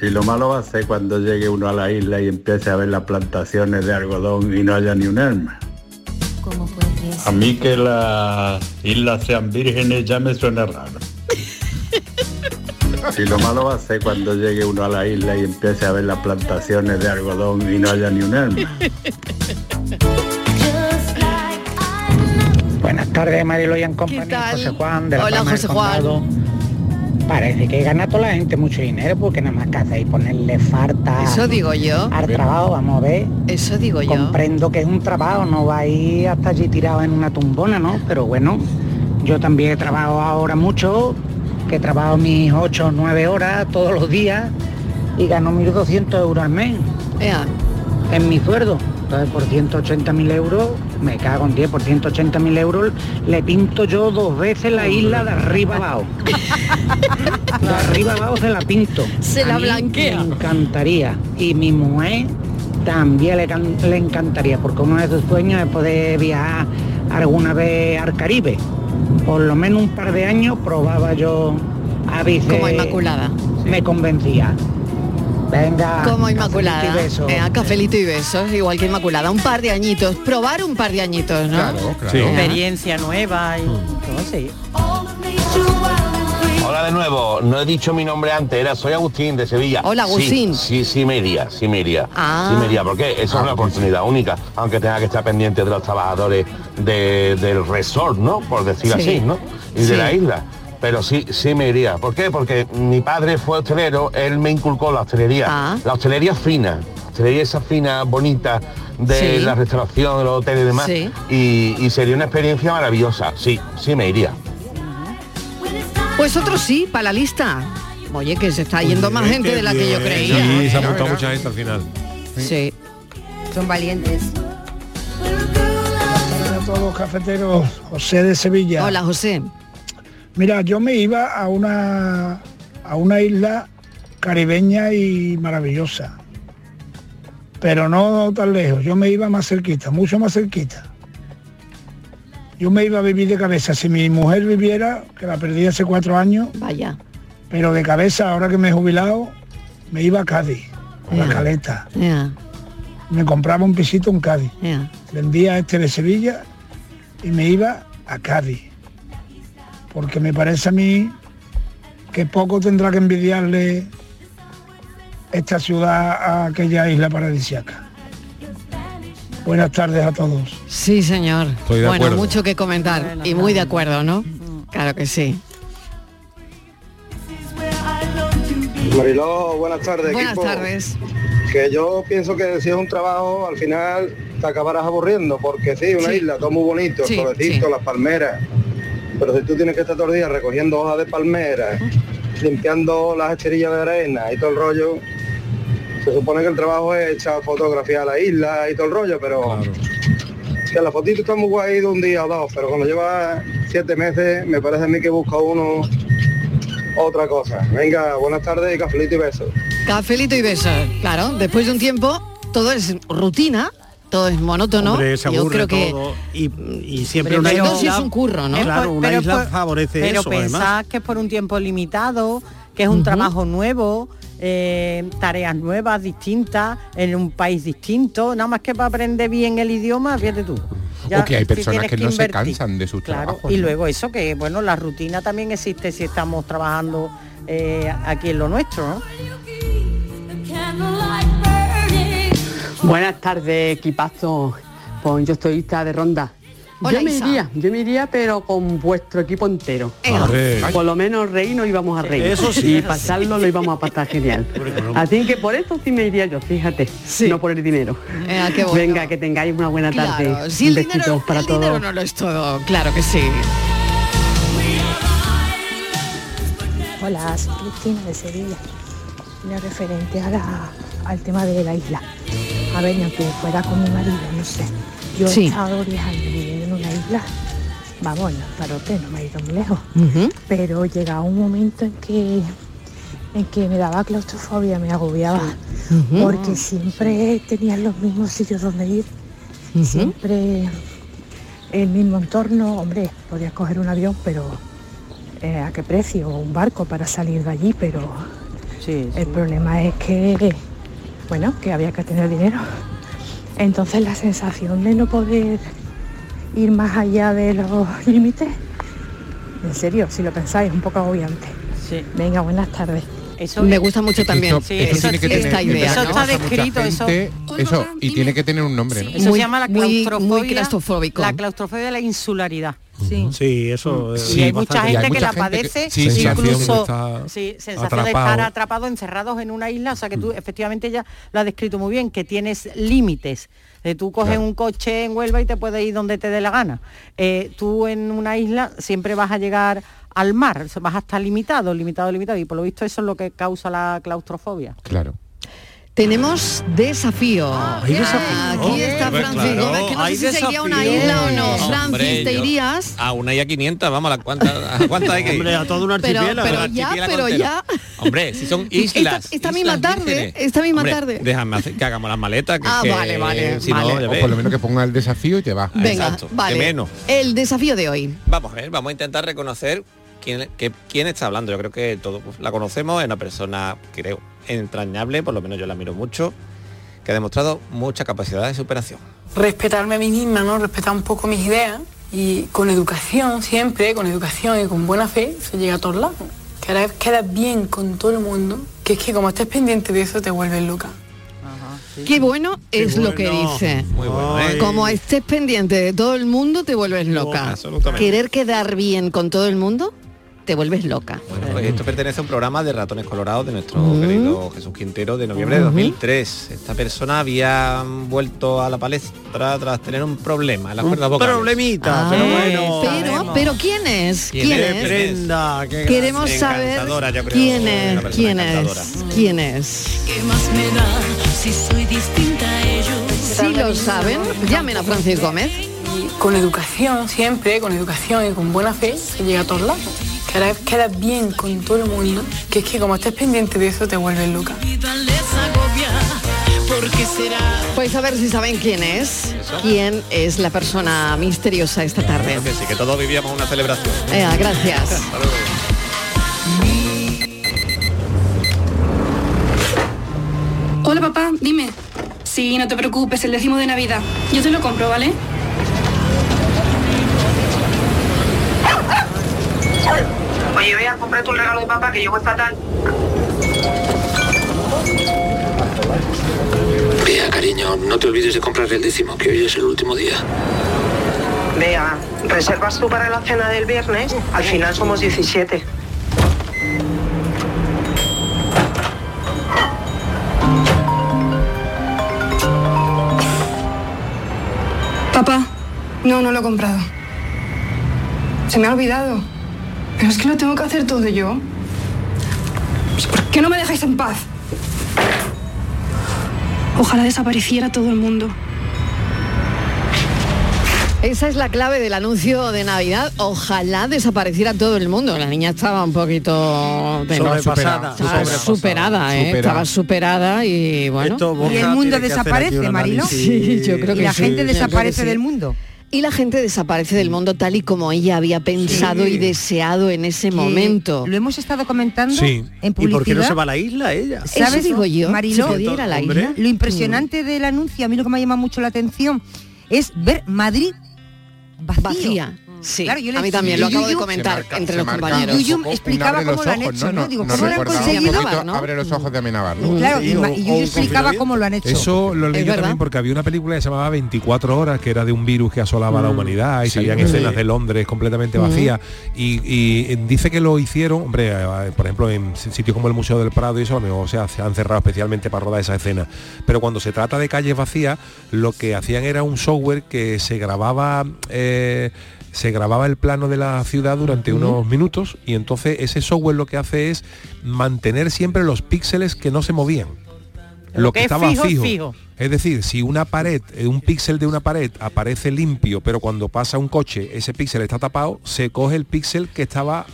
S12: Y lo malo va a ser cuando llegue uno a la isla y empiece a ver las plantaciones de algodón y no haya ni un alma. A mí que las islas sean vírgenes ya me suena raro. Y lo malo va a ser cuando llegue uno a la isla y empiece a ver las plantaciones de algodón y no haya ni un alma.
S16: Buenas tardes, Marilo y en compañía, José Juan de la
S2: Hola,
S16: Palma del
S2: José Juan.
S16: Condado. Parece que gana toda la gente mucho dinero porque nada más que hace y ponerle farta
S2: Eso digo yo.
S16: al trabajo, vamos a ver.
S2: Eso digo yo.
S16: Comprendo que es un trabajo, no va a ir hasta allí tirado en una tumbona, ¿no? Pero bueno, yo también he trabajado ahora mucho, que trabajo mis 8 o 9 horas todos los días y gano 1.200 euros al mes en mi sueldo. Entonces por 180.000 euros, me cago en 10, por 180.000 euros le pinto yo dos veces la isla de arriba abajo. de arriba abajo se la pinto.
S2: Se
S16: A
S2: la
S16: mí
S2: blanquea.
S16: Me encantaría. Y mi mujer también le, can- le encantaría, porque uno de sus sueños es poder viajar alguna vez al Caribe. Por lo menos un par de años probaba yo a veces.
S2: Como Inmaculada.
S16: Me convencía. Venga.
S2: Como
S16: cafelito
S2: Inmaculada.
S16: y besos.
S2: Eh, a cafelito y besos, igual que Inmaculada. Un par de añitos. Probar un par de añitos, ¿no?
S5: Sí.
S7: Experiencia nueva y todo, sí.
S11: Hola de nuevo, no he dicho mi nombre antes, era soy Agustín de Sevilla.
S2: Hola,
S11: Sí,
S2: Agustín.
S11: Sí, sí, me iría, sí me iría.
S2: Ah.
S11: Sí me iría, porque eso es una oportunidad única, aunque tenga que estar pendiente de los trabajadores de- del resort, ¿no? Por decir
S17: Sí.
S11: así, ¿no? Y
S17: Sí.
S11: de la isla. Pero sí, sí me iría. ¿Por qué? Porque mi padre fue hostelero, él me inculcó la hostelería. La hostelería fina, hostelería esa fina, bonita, de
S18: Sí.
S11: la restauración, de los hoteles y demás.
S18: Sí.
S11: Y, y sería una experiencia maravillosa. Sí, sí me iría.
S2: Pues otro sí, para la lista. Oye, que se está yendo más gente de la que yo creía.
S5: Sí, se ha
S2: ¿eh?
S5: apuntado mucha gente al final.
S2: Sí.
S19: Son valientes.
S20: Hola a todos, cafeteros. José de Sevilla.
S2: Hola, José.
S20: Mira, yo me iba a una, a una isla caribeña y maravillosa. Pero no tan lejos, yo me iba más cerquita, mucho más cerquita. Yo me iba a vivir de cabeza. Si mi mujer viviera, que la perdí hace cuatro años.
S2: Vaya.
S20: Pero de cabeza, ahora que me he jubilado, me iba a Cádiz, a la
S2: Ya.
S20: caleta.
S2: Ya,
S20: me compraba un pisito en Cádiz.
S2: ya.
S20: Vendía a este de Sevilla y me iba a Cádiz. Porque me parece a mí que poco tendrá que envidiarle esta ciudad a aquella isla paradisiaca. Buenas tardes a todos.
S2: Sí, señor.
S20: Estoy de
S2: bueno,
S20: acuerdo.
S2: mucho que comentar y muy de acuerdo, ¿no?
S19: Mm.
S2: Claro que sí.
S21: Mariló, buenas tardes.
S2: Buenas
S21: equipo.
S2: tardes.
S21: Que yo pienso que si es un trabajo, al final te acabarás aburriendo, porque sí, una
S22: Sí.
S21: isla, todo muy bonito,
S22: Sí,
S21: el solecito,
S22: sí.
S21: las palmeras. Pero si tú tienes que estar todo el día recogiendo hojas de palmera, limpiando las hecherillas de arena y todo el rollo, se supone que el trabajo es echar fotografía a la isla y todo el rollo, pero que la fotito está muy guay de un día o dos, pero cuando lleva siete meses, me parece a mí que busca uno otra cosa. Venga, buenas tardes y cafelito y besos.
S2: Cafelito y besos. Claro, después de un tiempo todo es rutina, todo es monótono.
S9: Hombre, se
S2: Yo
S9: aburre
S2: creo que
S9: todo y, y siempre
S2: Hombre,
S9: una
S2: pero
S9: isla...
S2: sí es un curro, ¿no?
S9: Claro,
S2: Es por-
S9: una
S2: pero
S9: isla
S2: por-
S9: favorece
S7: Pues, Pero
S9: eso,
S7: pensad
S9: además.
S7: que es por un tiempo limitado, que es un trabajo nuevo, eh, tareas nuevas, distintas, en un país distinto, nada más que para aprender bien el idioma, fíjate tú.
S8: o que hay
S7: si
S8: personas
S7: tienes
S8: que, no se
S7: invertir.
S8: cansan de sus
S7: Claro,
S8: trabajos.
S7: y
S8: ¿no?
S7: luego eso que, bueno, la rutina también existe si estamos trabajando eh, aquí en lo nuestro, ¿no?
S13: Buenas tardes, equipazo. Pues yo estoy Isa de ronda.
S2: Hola,
S13: yo me
S2: Isa.
S13: iría, yo me iría, pero con vuestro equipo entero.
S2: Ea. Arre.
S13: Por lo menos reino íbamos a reír.
S2: Eso sí.
S13: Y pasarlo lo íbamos a pasar genial. Así que por eso sí me iría yo, fíjate. No por el dinero.
S2: Ea, Ah, qué bueno.
S13: Venga, que tengáis una buena tarde.
S2: Claro, si el
S13: Besitos
S2: dinero,
S13: para
S2: el
S13: todos.
S2: dinero no lo es todo, claro que sí.
S23: Hola, soy Cristina de Sevilla. opinión referente a la- al tema de la isla. A ver, aunque fuera con mi marido, no sé. Yo
S2: Sí.
S23: he estado 10 años viviendo en una isla, vamos, en Lanzarote, no me he ido muy lejos.
S2: Ujú.
S23: Pero llegaba un momento en que, en que me daba claustrofobia, me agobiaba,
S10: Ujú.
S23: porque siempre tenía los mismos sitios donde ir,
S10: Ujú.
S23: siempre el mismo entorno. Hombre, podías coger un avión, pero eh, ¿a qué precio? O un barco para salir de allí, pero el problema es que, bueno, que había que tener dinero. Entonces la sensación de no poder ir más allá de los límites, en serio, si lo pensáis, es un poco agobiante. Venga, buenas tardes.
S7: Eso
S2: Me gusta mucho también
S8: Esto- esto tiene que tener-
S7: eso está
S8: pasa a mucha
S7: descrito, eso.
S8: gente, eso, y tiene que tener un nombre, ¿no?
S7: Eso se llama la
S2: muy- muy
S7: claustrofobia.
S2: claustrofóbico.
S7: La claustrofobia de la insularidad.
S9: Sí, eso eh,
S7: y hay mucha
S9: bastante.
S7: gente que la padece,
S9: Sí, sí,
S7: incluso
S9: está
S7: sí, sensación de
S9: atrapado.
S7: estar atrapado, encerrados en una isla. O sea que tú efectivamente ya lo has descrito muy bien, que tienes límites. Eh, tú coges
S24: Claro.
S7: un coche en Huelva y te puedes ir donde te dé la gana. Eh, tú en una isla siempre vas a llegar al mar, o sea, vas a estar limitado, limitado, limitado. Y por lo visto eso es lo que causa la claustrofobia.
S8: Claro.
S2: Tenemos desafío.
S7: Hay desafío.
S2: Aquí está
S25: Hombre,
S2: Francis
S25: claro.
S2: Gómez, que no sé
S25: Hay
S2: si se iría a una
S25: desafío.
S2: isla o no.
S25: Hombre,
S2: Francis, ¿te
S25: yo-
S2: irías?
S25: A una y a 500, vamos, ¿a las cuántas, a cuántas hay que ir?
S2: Hombre, a todo un Pero- archipiélago. pero
S25: Un
S2: ya,
S25: archipiélago
S2: pero
S25: entero.
S2: ya.
S25: Hombre, si son islas.
S2: Esta, esta misma tarde,
S25: vírgenes.
S2: esta misma
S25: Hombre,
S2: tarde.
S25: Déjame hacer- que hagamos las maletas. que-
S2: Ah,
S25: que
S2: vale, vale,
S25: Si no,
S2: vale.
S25: ya
S8: O
S25: ves. Ah,
S8: por lo menos que ponga el desafío y te va.
S2: Venga,
S25: Exacto, de
S2: vale.
S25: menos.
S2: El desafío de hoy.
S25: Vamos a ver, vamos a intentar reconocer quién, qué- quién está hablando. Yo creo que todos la conocemos, es una persona, creo, entrañable, por lo menos yo la miro mucho, que ha demostrado mucha capacidad de superación.
S26: respetarme a mí misma, ¿no? Respetar un poco mis ideas y con educación siempre, con educación y con buena fe se llega a todos lados. Que ahora quedas bien con todo el mundo, que es que como estés pendiente de eso te vuelves loca.
S2: Qué bueno es lo que
S26: bueno.
S2: dice.
S25: Muy bueno, ¿eh?
S2: Como estés pendiente de todo el mundo, te vuelves loca.
S25: absolutamente.
S2: Querer quedar bien con todo el mundo, te vuelves loca.
S25: Bueno, pues esto pertenece a un programa de ratones colorados de nuestro
S2: Mm.
S25: querido Jesús Quintero de noviembre de
S2: Ujú.
S25: 2003. Esta persona había vuelto a la palestra tras tener un problema en las
S9: Un
S25: cuerdas vocales. Ah,
S9: problemita, pero bueno.
S2: Pero, pero ¿quién es? ¿Quién, es?
S9: Prenda, qué gran-
S2: Queremos saber
S25: Encantadora, yo creo,
S2: quién
S25: una
S2: es,
S25: persona
S2: quién
S25: encantadora.
S2: es, quién es.
S27: ¿Qué más me da si soy distinta a ellos?
S2: Si lo saben, llamen a Francis Gómez.
S26: Y con educación siempre, con educación y con buena fe se llega a todos lados. Que ahora quedas bien con todo el mundo, que es que como estés pendiente de eso te vuelves loca.
S27: Vida les agobia, porque será
S2: Pues a ver si saben quién es, quién es la persona misteriosa esta tarde.
S25: Creo que sí, que todos vivíamos una celebración.
S2: Ea, Eh, gracias.
S25: Hasta luego.
S28: Hola papá, dime. Sí, no te preocupes, el décimo de Navidad. Yo te lo compro, ¿vale?
S16: Oye, vea, compra tu regalo de papá que yo voy fatal. Vea, cariño, no te olvides de comprar el décimo, que hoy es el último día. Vea, reservas tú para la cena del viernes, al final somos 17.
S28: Papá, no, no lo he comprado. Se me ha olvidado. Pero es que lo tengo que hacer todo yo. Pues, ¿Por qué no me dejáis en paz? Ojalá desapareciera todo el mundo.
S2: Esa es la clave del anuncio de Navidad. Ojalá desapareciera todo el mundo. La niña estaba un poquito de-
S9: Sobrepasada.
S2: Estaba
S9: Sobrepasada.
S2: superada, ¿eh?
S9: Supera.
S2: estaba superada y bueno.
S9: Esto Borja
S6: Y el mundo desaparece, Marilo.
S2: Sí, yo creo
S6: y
S2: que
S6: la
S2: sí.
S6: gente
S2: Yo creo que
S6: desaparece
S2: sí.
S6: del mundo.
S2: Y la gente desaparece del mundo tal y como ella había pensado y deseado en ese momento.
S6: Lo hemos estado comentando
S2: Sí.
S6: en
S2: ¿Y
S6: publicidad.
S2: por qué no se va a
S9: la isla ella?
S2: Eso digo yo,
S6: Mariló,
S2: ¿se podía ir a la Hombre. isla?
S6: Lo impresionante del anuncio, a mí lo que me llama mucho la atención es ver Madrid vacío. Mm.
S2: Vacía, sí.
S6: yo
S2: A
S6: le-
S2: mí también, lo
S6: Yuyu-
S2: acabo de comentar entre los compañeros.
S6: Yuyu explicaba cómo lo han hecho, ¿no? Digo, ¿cómo lo han conseguido?
S8: Abre los ojos de Amenábar, ¿no?
S6: Claro, y, ma- y Yuyu explicaba cómo lo han hecho.
S5: Eso lo leí yo también porque había una película que se llamaba 24 horas, que era de un virus que asolaba a
S6: Mm.
S5: la humanidad y
S25: Sí,
S5: salían
S25: sí.
S5: escenas de Londres completamente
S25: Mm.
S5: vacías. Y, y dice que lo hicieron, hombre, eh, por ejemplo, en sitios como el Museo del Prado y eso, a lo mejor se ha- se han cerrado especialmente para rodar esa escena. Pero cuando se trata de calles vacías, lo que hacían era un software que se grababa... eh, se grababa el plano de la ciudad durante unos minutos y entonces ese software lo que hace es mantener siempre los píxeles que no se movían. Lo, que,
S7: que es
S5: estaba
S7: fijo,
S5: fijo,
S7: es fijo.
S5: Es decir, si una pared, eh, un píxel de una pared aparece limpio, pero cuando pasa un coche ese píxel está tapado, se coge el píxel que estaba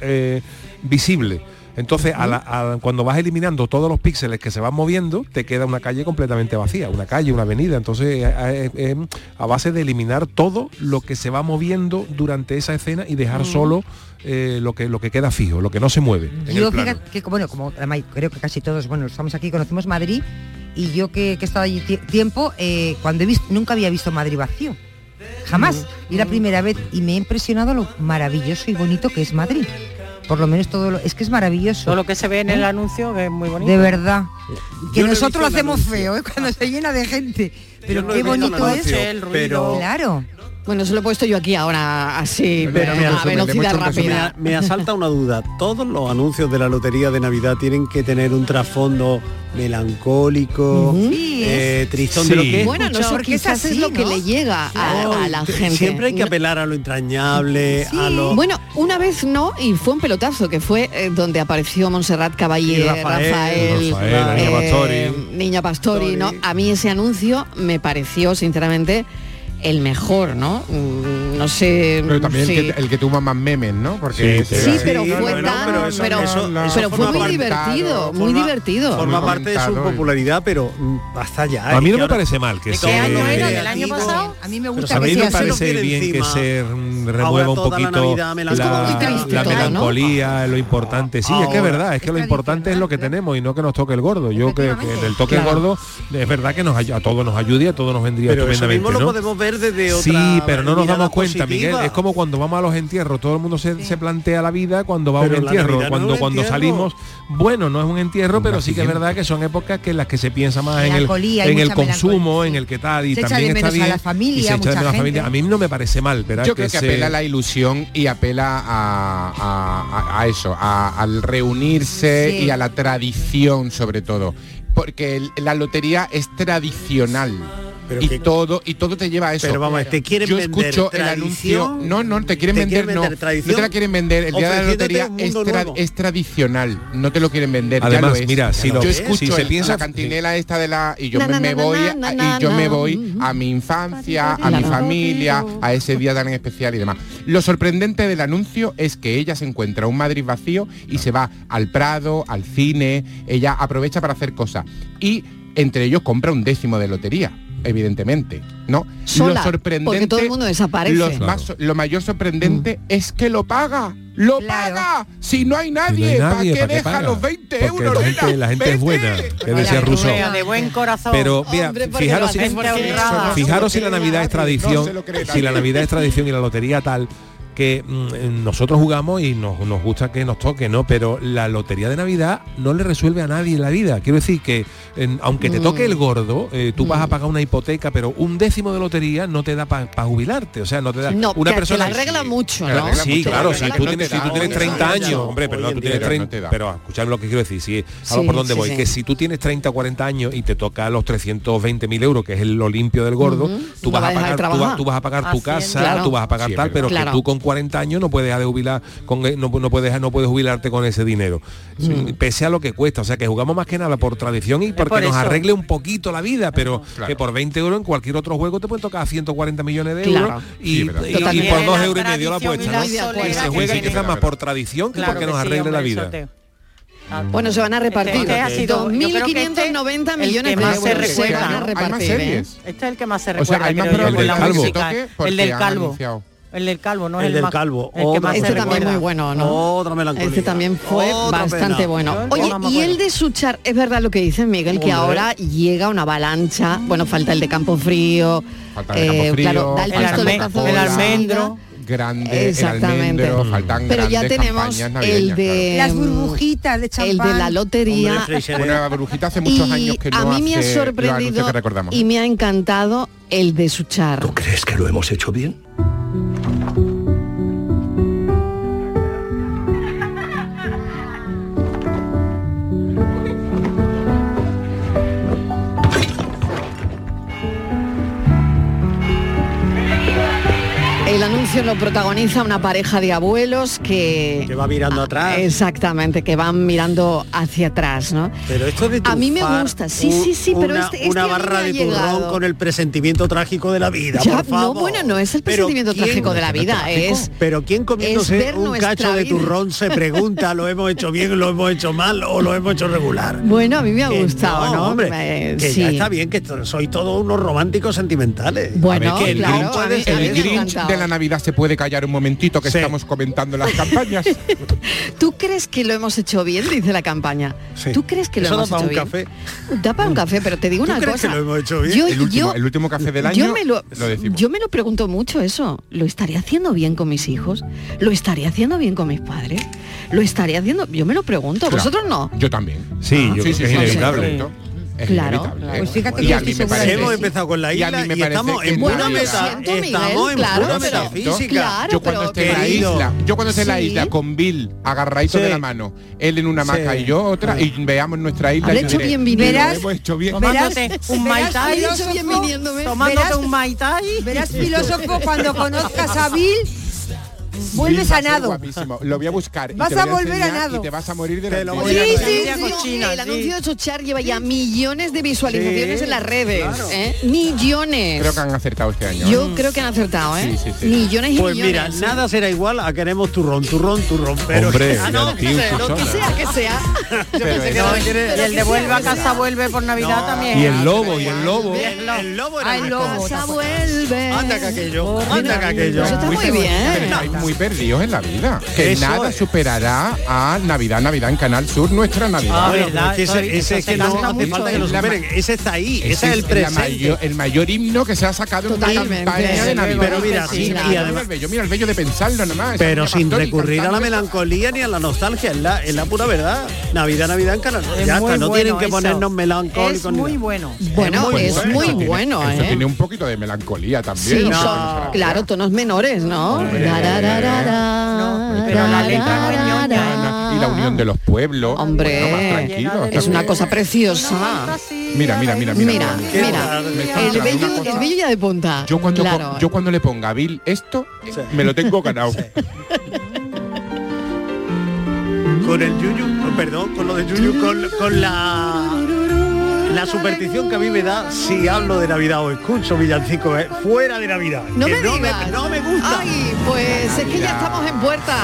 S5: eh, visible. Entonces, a la- a- cuando vas eliminando todos los píxeles que se van moviendo, te queda una calle completamente vacía, una calle, una avenida. Entonces, a, a- eh, a base de eliminar todo lo que se va moviendo durante esa escena y
S6: Mm.
S5: dejar solo eh, lo, que, lo que queda fijo, lo que no se mueve. en
S6: yo
S5: el plano.
S6: fíjate que, bueno, como la may- creo que casi todos, bueno, estamos aquí, conocemos Madrid y yo que, que he estado allí tie- tiempo, eh, cuando he visto, nunca había visto Madrid vacío. Jamás.
S2: Mm.
S6: Y la primera vez y me ha impresionado lo maravilloso y bonito que es Madrid. Por lo menos todo lo. Es que es maravilloso.
S7: Todo lo que se ve en el
S6: ¿Eh?
S7: anuncio que es muy bonito.
S6: De verdad. Que
S7: Yo no he
S6: nosotros
S7: visto
S6: lo
S7: el
S6: hacemos
S7: anuncio.
S6: feo, ¿eh? cuando se llena de gente. Pero
S7: no he
S6: qué
S7: visto el
S6: bonito es.
S7: anuncio, El ruido. pero-
S6: Claro.
S2: Bueno, se lo he puesto yo aquí ahora así,
S9: Pero
S2: eh,
S9: mira,
S2: a velocidad rápida.
S9: Me, me asalta una duda. ¿Todos los anuncios de la Lotería de Navidad tienen que tener un trasfondo melancólico, eh, tristón de lo que he
S2: Bueno, no
S9: escuchado?
S2: sé, quizás es lo que le llega a, a la gente.
S9: Siempre hay que
S2: No-
S9: apelar a lo entrañable, a lo...
S2: Bueno, una vez no, y fue un pelotazo, que fue eh, donde apareció Montserrat Caballé,
S9: Y
S2: eh, Rafael,
S9: Rafael. Eh,
S5: Rafael, Aníbal Pastori.
S2: Niña Pastori, ¿no? A mí ese anuncio me pareció, sinceramente, el mejor, ¿no? Mm, No sé...
S8: Pero también
S2: sí.
S8: el, que, el que tuvo más memes, ¿no? Porque
S2: Sí, Sí, pero sí, fue no, no, tan- pero eso- pero- eso- pero eso fue muy divertido, muy divertido.
S9: Forma
S2: Muy
S9: parte de su
S2: comentado,
S9: popularidad, pero mm, basta ya.
S2: Ah,
S5: A mí no
S9: es que
S5: me
S9: ahora-
S5: parece mal que
S9: ¿De qué
S5: se-
S9: año era?
S5: ¿Del
S6: año pasado? A mí me
S5: Pero
S6: gusta que
S5: ¿sabéis
S6: sea
S5: me
S6: así.
S5: parece
S9: quiere
S5: bien
S9: encima.
S5: que se mm,
S9: Ahora
S5: remueva un
S9: toda la
S5: poquito
S9: Navidad
S5: la,
S9: melancólica. Es como muy triste
S5: la
S9: todo, ¿no?
S5: melancolía, lo importante. Sí, es que es
S9: Ahora.
S5: verdad, es que lo importante es lo que tenemos y no que nos toque el gordo. Yo creo que del toque
S9: Claro.
S5: gordo es verdad que nos, ay- a todos nos ayuda y a todos nos vendría
S9: Pero eso
S5: estupendamente.
S9: mismo lo
S5: ¿no?
S9: podemos ver desde otra
S5: Sí, pero no nos
S9: mirada
S5: damos cuenta,
S9: positiva.
S5: Miguel. Es como cuando vamos a los entierros, todo el mundo se, se plantea la vida cuando va a un
S9: Pero la
S5: entierro,
S9: Navidad no es
S5: cuando
S9: un
S5: cuando
S9: entierro.
S5: salimos. Bueno, no es un entierro, pero sí que es verdad que son épocas que en las que se piensa más en el,
S6: Melancolía, hay
S5: en el
S6: mucha melancolía,
S5: consumo, en el que tal y
S6: Se echa
S5: también
S6: de
S5: está
S6: menos a
S5: bien.
S6: la familia,
S5: y se echa de
S6: mucha
S5: menos a la familia. A
S6: gente.
S5: mí no me parece mal, verás
S8: Yo creo que
S5: se-
S8: apela a la ilusión y apela a, a- a- a eso, a- al reunirse
S6: Sí.
S8: y a la tradición sobre todo. Porque el- la lotería es tradicional. y todo y todo te lleva a eso.
S9: Pero vamos, te quieren
S8: Yo
S9: vender
S8: escucho el
S9: tradición,
S8: anuncio. No, no, te quieren
S9: te
S8: vender,
S9: quieren
S8: no. no
S9: vender
S8: te la
S9: tradición,
S8: quieren vender. El día de la
S9: ofreciéndote
S8: lotería
S9: un
S8: es,
S9: mundo
S8: tra-
S9: nuevo.
S8: es tradicional. No te lo quieren vender. ya
S5: Además,
S8: lo es.
S5: mira, si lo-
S8: yo
S5: si
S8: escucho
S5: se
S8: el-
S5: piensa-
S8: la cantinela esta de la y yo
S5: Na,
S8: me,
S5: na,
S8: me
S5: na,
S8: voy
S5: na,
S8: a-
S5: na, na,
S8: y yo me
S5: na.
S8: voy a mi infancia, a mi
S5: Claro.
S8: familia, a ese día tan especial y demás. Lo sorprendente del anuncio es que ella se encuentra un Madrid vacío y se va al Prado, al cine, ella aprovecha para hacer cosas y entre ellos compra un décimo de lotería, evidentemente, ¿no?
S2: Sola, porque todo el mundo desaparece.
S8: los
S2: Claro.
S8: más- lo mayor
S5: Mm.
S8: sorprendente es que lo paga. ¡Lo paga! Si no hay
S5: Si no
S8: nadie,
S5: hay
S8: ¿para
S5: nadie,
S8: qué
S5: ¿para qué
S8: deja
S5: paga?
S8: los 20
S5: Porque
S8: euros?
S5: la gente, la gente es buena, que decía Rousseau.
S7: De buen corazón.
S5: Pero mira, fijaros, si, fijaros si la Navidad es tradición,
S7: se lo cree
S5: si la
S7: nadie.
S5: Navidad es tradición y la lotería tal que mm, nosotros jugamos y nos, nos gusta que nos toque, ¿no? Pero la lotería de Navidad no le resuelve a nadie la vida. Quiero decir que en- aunque te
S2: Mm.
S5: toque el gordo, eh, tú vas a pagar una hipoteca, pero un décimo de lotería no te da para jubilarte. O sea, no te da.
S2: No,
S5: una
S2: te- te
S5: persona
S2: la arregla mucho,
S5: Claro,
S2: ¿no?
S5: Sí,
S2: Te la
S5: claro,
S2: arregla
S5: si tú,
S2: mucho.
S5: tienes, si tú
S2: No
S5: tienes
S2: te da,
S5: 30
S2: no te da.
S5: años, hombre, pero
S2: Hoy
S5: no, tú
S2: en
S5: tienes
S2: día no
S5: 30,
S2: te da.
S5: pero escuchadme lo que quiero decir, si ahora
S2: Sí,
S5: por dónde
S2: sí,
S5: voy,
S2: sí.
S5: que si tú tienes 30 o 40 años y te toca los 320 mil euros, que es el, lo limpio del gordo,
S2: Ujú. No
S5: tú, vas
S2: va a dejar de
S5: a pagar, tú, vas,
S2: trabajar.
S5: tú vas a pagar tu
S2: Haciendo.
S5: casa,
S2: Claro.
S5: tú vas a pagar
S2: Sí, es
S5: tal, pero
S2: verdad. Claro.
S5: que tú con 40 años no puedes dejar de jubilar, con, eh, no, no puedes, dejar- no puedes jubilarte con ese dinero,
S2: Mm.
S5: pese a lo que cuesta. O sea, que jugamos más que nada por tradición y porque
S8: por
S5: nos
S8: eso.
S5: arregle un poquito la vida, pero que por 20 euros en cualquier otro juego te pueden tocar 140 millones de euros
S8: Claro.
S5: y,
S8: Sí,
S5: y-
S8: verdad.
S5: y
S8: Totalmente.
S5: por 2
S8: La
S5: euros y medio
S8: tradición
S5: la apuesta.
S8: y la
S5: ¿no?
S8: solera
S5: Que se
S8: que
S5: juega
S8: tiene.
S5: quizás más por tradición que
S7: Claro
S5: porque
S7: que
S5: nos
S7: sí,
S5: arregle
S7: hombre,
S5: la
S7: el
S5: vida.
S7: sorteo.
S2: Bueno, se van a repartir.
S7: Este ha sido- yo creo que este
S2: 2.590
S7: el
S2: millones
S7: que
S2: de
S7: más se
S2: euros se
S7: recuerda,
S2: van a
S7: ¿no? Hay más
S2: repartir. ¿eh?
S7: series. Este es el que más se
S8: O sea,
S7: recuerda.
S8: hay más
S7: creo yo,
S8: probabilidades
S7: con la
S8: de que
S7: música.
S8: toque
S7: El
S8: porque
S7: del
S8: han
S7: calvo.
S8: anunciado.
S7: El del calvo, no es
S9: El
S7: el
S9: del
S7: más-
S9: calvo,
S7: El que
S9: otra
S7: más se
S2: Este también
S7: recuerda.
S2: muy bueno, ¿no?
S9: Otra melancolía.
S2: Este también fue
S9: Otra
S2: bastante
S9: pena.
S2: bueno.
S9: Yo no
S2: Oye,
S9: me
S2: y el de Suchar, es verdad lo que dice Miguel, que
S9: Hombre.
S2: ahora llega una avalancha. Bueno, falta el de Campo Frío. eh,
S8: Falta el de Campofrío,
S2: claro, da el
S8: falta
S2: pistoletazo
S8: Eh, el Campola,
S2: de la
S8: el
S2: salida.
S8: Grande,
S2: Exactamente.
S8: el almendro, faltan
S2: Pero ya
S8: grandes
S2: tenemos
S8: campañas
S2: el
S8: naviderías,
S2: de
S8: claro.
S2: burbujitas de El de la lotería.
S8: Bueno, la burbujita hace muchos
S2: y
S8: años que no
S2: a mí me ha
S8: hace los anuncios
S2: sorprendido
S8: que recordamos.
S2: y me ha encantado el de Suchar.
S4: ¿Crees que lo hemos hecho bien?
S2: El El anuncio lo protagoniza una pareja de abuelos que... Ah,
S9: Que va mirando atrás.
S2: Exactamente, que van mirando hacia atrás, ¿no?
S9: Pero esto de
S2: A mí me
S9: trufar
S2: gusta, sí,
S9: un-
S2: sí, sí, pero
S9: una,
S2: este- este
S9: una
S2: a mí
S9: barra
S2: me ha
S9: de turrón
S2: llegado.
S9: con el presentimiento trágico de la vida,
S2: Ya,
S9: por favor.
S2: No, bueno, no es el
S9: Pero
S2: presentimiento
S9: ¿quién-
S2: trágico de la vida, es...
S9: Pero quién
S2: es
S9: comiéndose
S2: ver
S9: un
S2: nuestra
S9: cacho de
S2: vida.
S9: turrón se pregunta, ¿lo hemos hecho bien, lo hemos hecho mal o lo hemos hecho regular?
S2: Bueno, a mí me ha
S9: Que
S2: gustado,
S9: no,
S2: ¿no?
S9: hombre,
S2: Eh,
S9: que
S2: sí.
S9: ya está bien, que to- sois todos unos románticos sentimentales.
S2: Bueno,
S8: que el
S2: claro,
S8: Grinch,
S2: a mí-
S8: el
S2: a mí me ha
S8: Grinch
S2: encantado.
S8: de la Navidad se puede callar un momentito que estamos comentando las campañas.
S2: ¿Tú crees que lo hemos hecho bien? Dice la campaña.
S8: Sí.
S2: ¿Tú crees que lo
S8: Eso da
S2: hemos
S8: para
S2: hecho
S8: un
S2: bien? Da para un café, pero te digo una cosa. Yo,
S8: el, último,
S2: yo-
S8: el último café del
S2: yo
S8: año
S2: me lo,
S8: decimos.
S2: yo me lo pregunto mucho eso. ¿Lo estaré haciendo bien con mis hijos? ¿Lo estaré haciendo bien con mis padres? ¿Lo estaré haciendo? Yo me lo pregunto,
S8: Claro.
S2: vosotros no.
S8: Yo también.
S5: Sí, yo creo que es inevitable.
S8: correcto. Es
S2: Claro.
S8: inevitable, ¿eh?
S2: Pues fíjate
S8: Y
S2: que
S8: a
S2: yo
S8: mí
S2: estoy segura
S8: me parece-
S2: de que
S9: Hemos empezado con la
S8: y a
S9: isla
S8: mí me
S9: y
S8: parece
S9: estamos
S8: que
S9: en
S8: muy
S9: pura
S8: bien.
S9: meta-
S8: Bueno, lo siento,
S9: estamos
S8: Miguel,
S9: en
S8: claro,
S9: pura
S8: pero-
S9: metafísica.
S8: Claro, Yo cuando esté en la
S9: Querido.
S8: isla, yo cuando esté en la
S9: Sí.
S8: isla con Bill agarradito
S9: Sí.
S8: de la mano, él en una
S9: Sí.
S8: hamaca y yo otra, y veamos nuestra isla.
S9: Habré
S8: yo
S9: hecho
S8: diré,
S9: bien
S8: "Mira,
S6: viniendo".
S8: lo hemos hecho bien.
S7: Tomándote un Mai Tai, tomándote un Mai Tai.
S6: Verás, filósofo, cuando conozcas a Bill, vuelves
S8: Bill va
S6: a
S8: ser
S6: nado.
S8: guapísimo. Lo voy a buscar. y
S6: Vas
S8: te lo
S6: a
S8: voy
S6: volver a
S8: enseñar
S6: nado.
S8: Y te vas a morir de la
S2: Sí, sí, sí,
S8: envidia.
S2: el anuncio de Sochar lleva ya millones de visualizaciones
S8: Sí,
S2: en las redes.
S8: claro.
S2: ¿eh? Millones.
S8: Creo que han acertado este año.
S2: Yo creo que han acertado, ¿eh? Millones y
S9: Pues
S2: millones.
S9: mira, nada será igual a queremos turrón, turrón, turrón, pero
S5: Hombre,
S9: Ah, no,
S5: el tío
S9: que sea, no,
S5: Susana.
S9: que sea.
S2: Que sea.
S9: pensé que era-
S7: Y el de vuelve a casa vuelve por Navidad también.
S5: Y el lobo, y el lobo.
S9: El lobo
S7: era el lobo.
S2: vuelve.
S9: Anda que aquello, anda que aquello.
S8: Estáis muy perdidos en la vida. Que
S9: Eso
S8: nada
S9: es.
S8: superará a Navidad, Navidad en Canal Sur, nuestra Navidad.
S9: Ah, Bueno, verdad, es que ese- eso- ese eso es se que no canta hace mucho, falta que ¿eh? lo
S8: Es la
S9: superen,
S8: ma-
S9: ese está ahí, ese es el
S8: la
S9: presente.
S8: mayor- el mayor himno que se ha sacado en una
S9: Totalmente.
S8: campaña de Navidad.
S9: Pero mira, sí,
S8: Mira,
S9: y
S8: mira
S9: además-
S8: el bello, mira el bello de pensarlo nomás. esa
S9: Pero
S8: niña
S9: sin
S8: pastori
S9: recurrir a la
S8: cantando.
S9: melancolía ni a la nostalgia, es la, es la pura verdad. Navidad, Navidad en Canal.
S8: Es
S9: Ya está,
S8: muy
S9: no
S8: bueno
S9: tienen que
S8: eso.
S9: ponernos melancólicos.
S7: Es
S9: ni
S7: muy
S9: nada.
S7: bueno.
S2: Bueno, es muy
S8: Eso pues, tiene-
S2: bueno,
S8: eso
S2: ¿eh?
S8: tiene un poquito de melancolía también.
S2: Sí,
S8: ¿no?
S2: son, claro, tonos menores, ¿no? Da, da, da, da, da.
S8: Pero la Y la unión de los pueblos.
S2: Hombre,
S8: bueno, más tranquilos
S2: es una
S8: también.
S2: cosa preciosa.
S8: Mira, mira, mira, mira.
S2: Mira,
S8: Qué
S2: mira,
S8: tarde. Me está
S2: el
S8: entrando una
S2: bello, el bello ya de punta.
S8: Yo cuando, co-
S2: Claro.
S8: yo cuando le ponga a Bill esto, me lo tengo ganado.
S9: Con el yuyu, perdón, con lo de yuyu, con, con la la superstición que a mí me da si hablo de Navidad o escucho villancico eh, fuera de Navidad.
S2: No
S9: que
S2: me digas.
S9: no me gusta.
S2: Ay, pues es que ya estamos en puerta.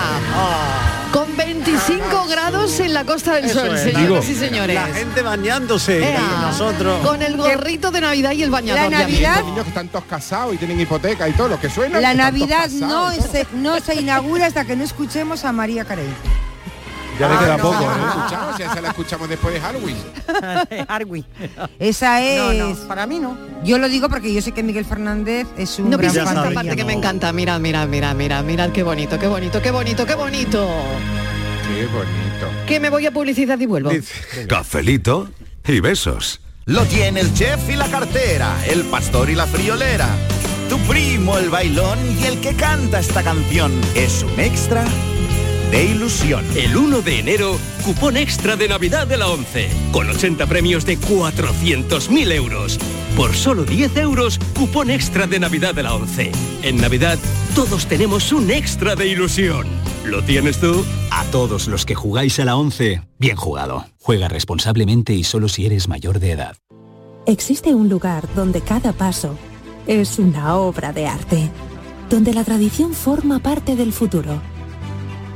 S2: Con 25 grados en la Costa del
S9: Eso
S2: Sol,
S9: es, digo,
S2: señoras y señores.
S9: La gente bañándose
S2: Ea,
S9: y nosotros.
S2: Con el gorrito de Navidad y el bañador. de
S8: Los niños que están todos casados y tienen hipoteca y todo lo que suena.
S6: La
S8: que están todos
S6: Navidad
S8: casados.
S6: no se, no se inaugura hasta que no escuchemos a María Carey.
S5: Ya
S2: Ah,
S5: le queda poco,
S8: La
S5: ¿eh?
S8: escuchamos, ya se la escuchamos después de Halloween.
S7: Arwi.
S6: Esa es.
S7: No, no, para mí no.
S6: Yo lo digo porque yo sé que Miguel Fernández es un
S2: No
S6: gran
S2: pises esta
S6: fan de
S2: parte
S6: ella.
S2: que me encanta. Mira, mira, mira, mira, mira, qué bonito, qué bonito, qué bonito, qué bonito.
S8: Qué bonito.
S2: Que me voy a publicidad y vuelvo.
S11: Cafelito y besos.
S4: Lo tiene el chef y la cartera, el pastor y la friolera. Tu primo, el bailón y el que canta esta canción es un extra de ilusión.
S10: El 1 de enero, cupón extra de Navidad de la 11, con 80 premios de 400.000 euros. Por solo 10 euros, cupón extra de Navidad de la 11. En Navidad, todos tenemos un extra de ilusión. ¿Lo tienes tú?
S13: A todos los que jugáis a la 11, bien jugado. Juega responsablemente y solo si eres mayor de edad.
S14: Existe un lugar donde cada paso es una obra de arte, donde la tradición forma parte del futuro,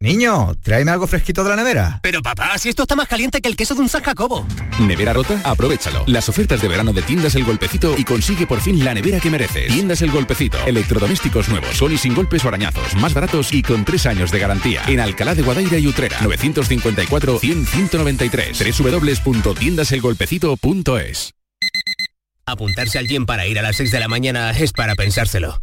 S29: Niño, tráeme Oh, algo fresquito de la nevera.
S9: Pero papá, si esto está más caliente que el queso de un San Jacobo.
S29: ¿Nevera rota? Aprovechalo. Las ofertas de verano de Tiendas El Golpecito y consigue por fin la nevera que mereces. Tiendas El Golpecito. Electrodomésticos nuevos, con y sin golpes o arañazos, más baratos y con tres años de garantía. En Alcalá de Guadaira y Utrera. 954-100-193. www.tiendaselgolpecito.es
S30: Apuntarse al gym para ir a las 6 de la mañana es para pensárselo.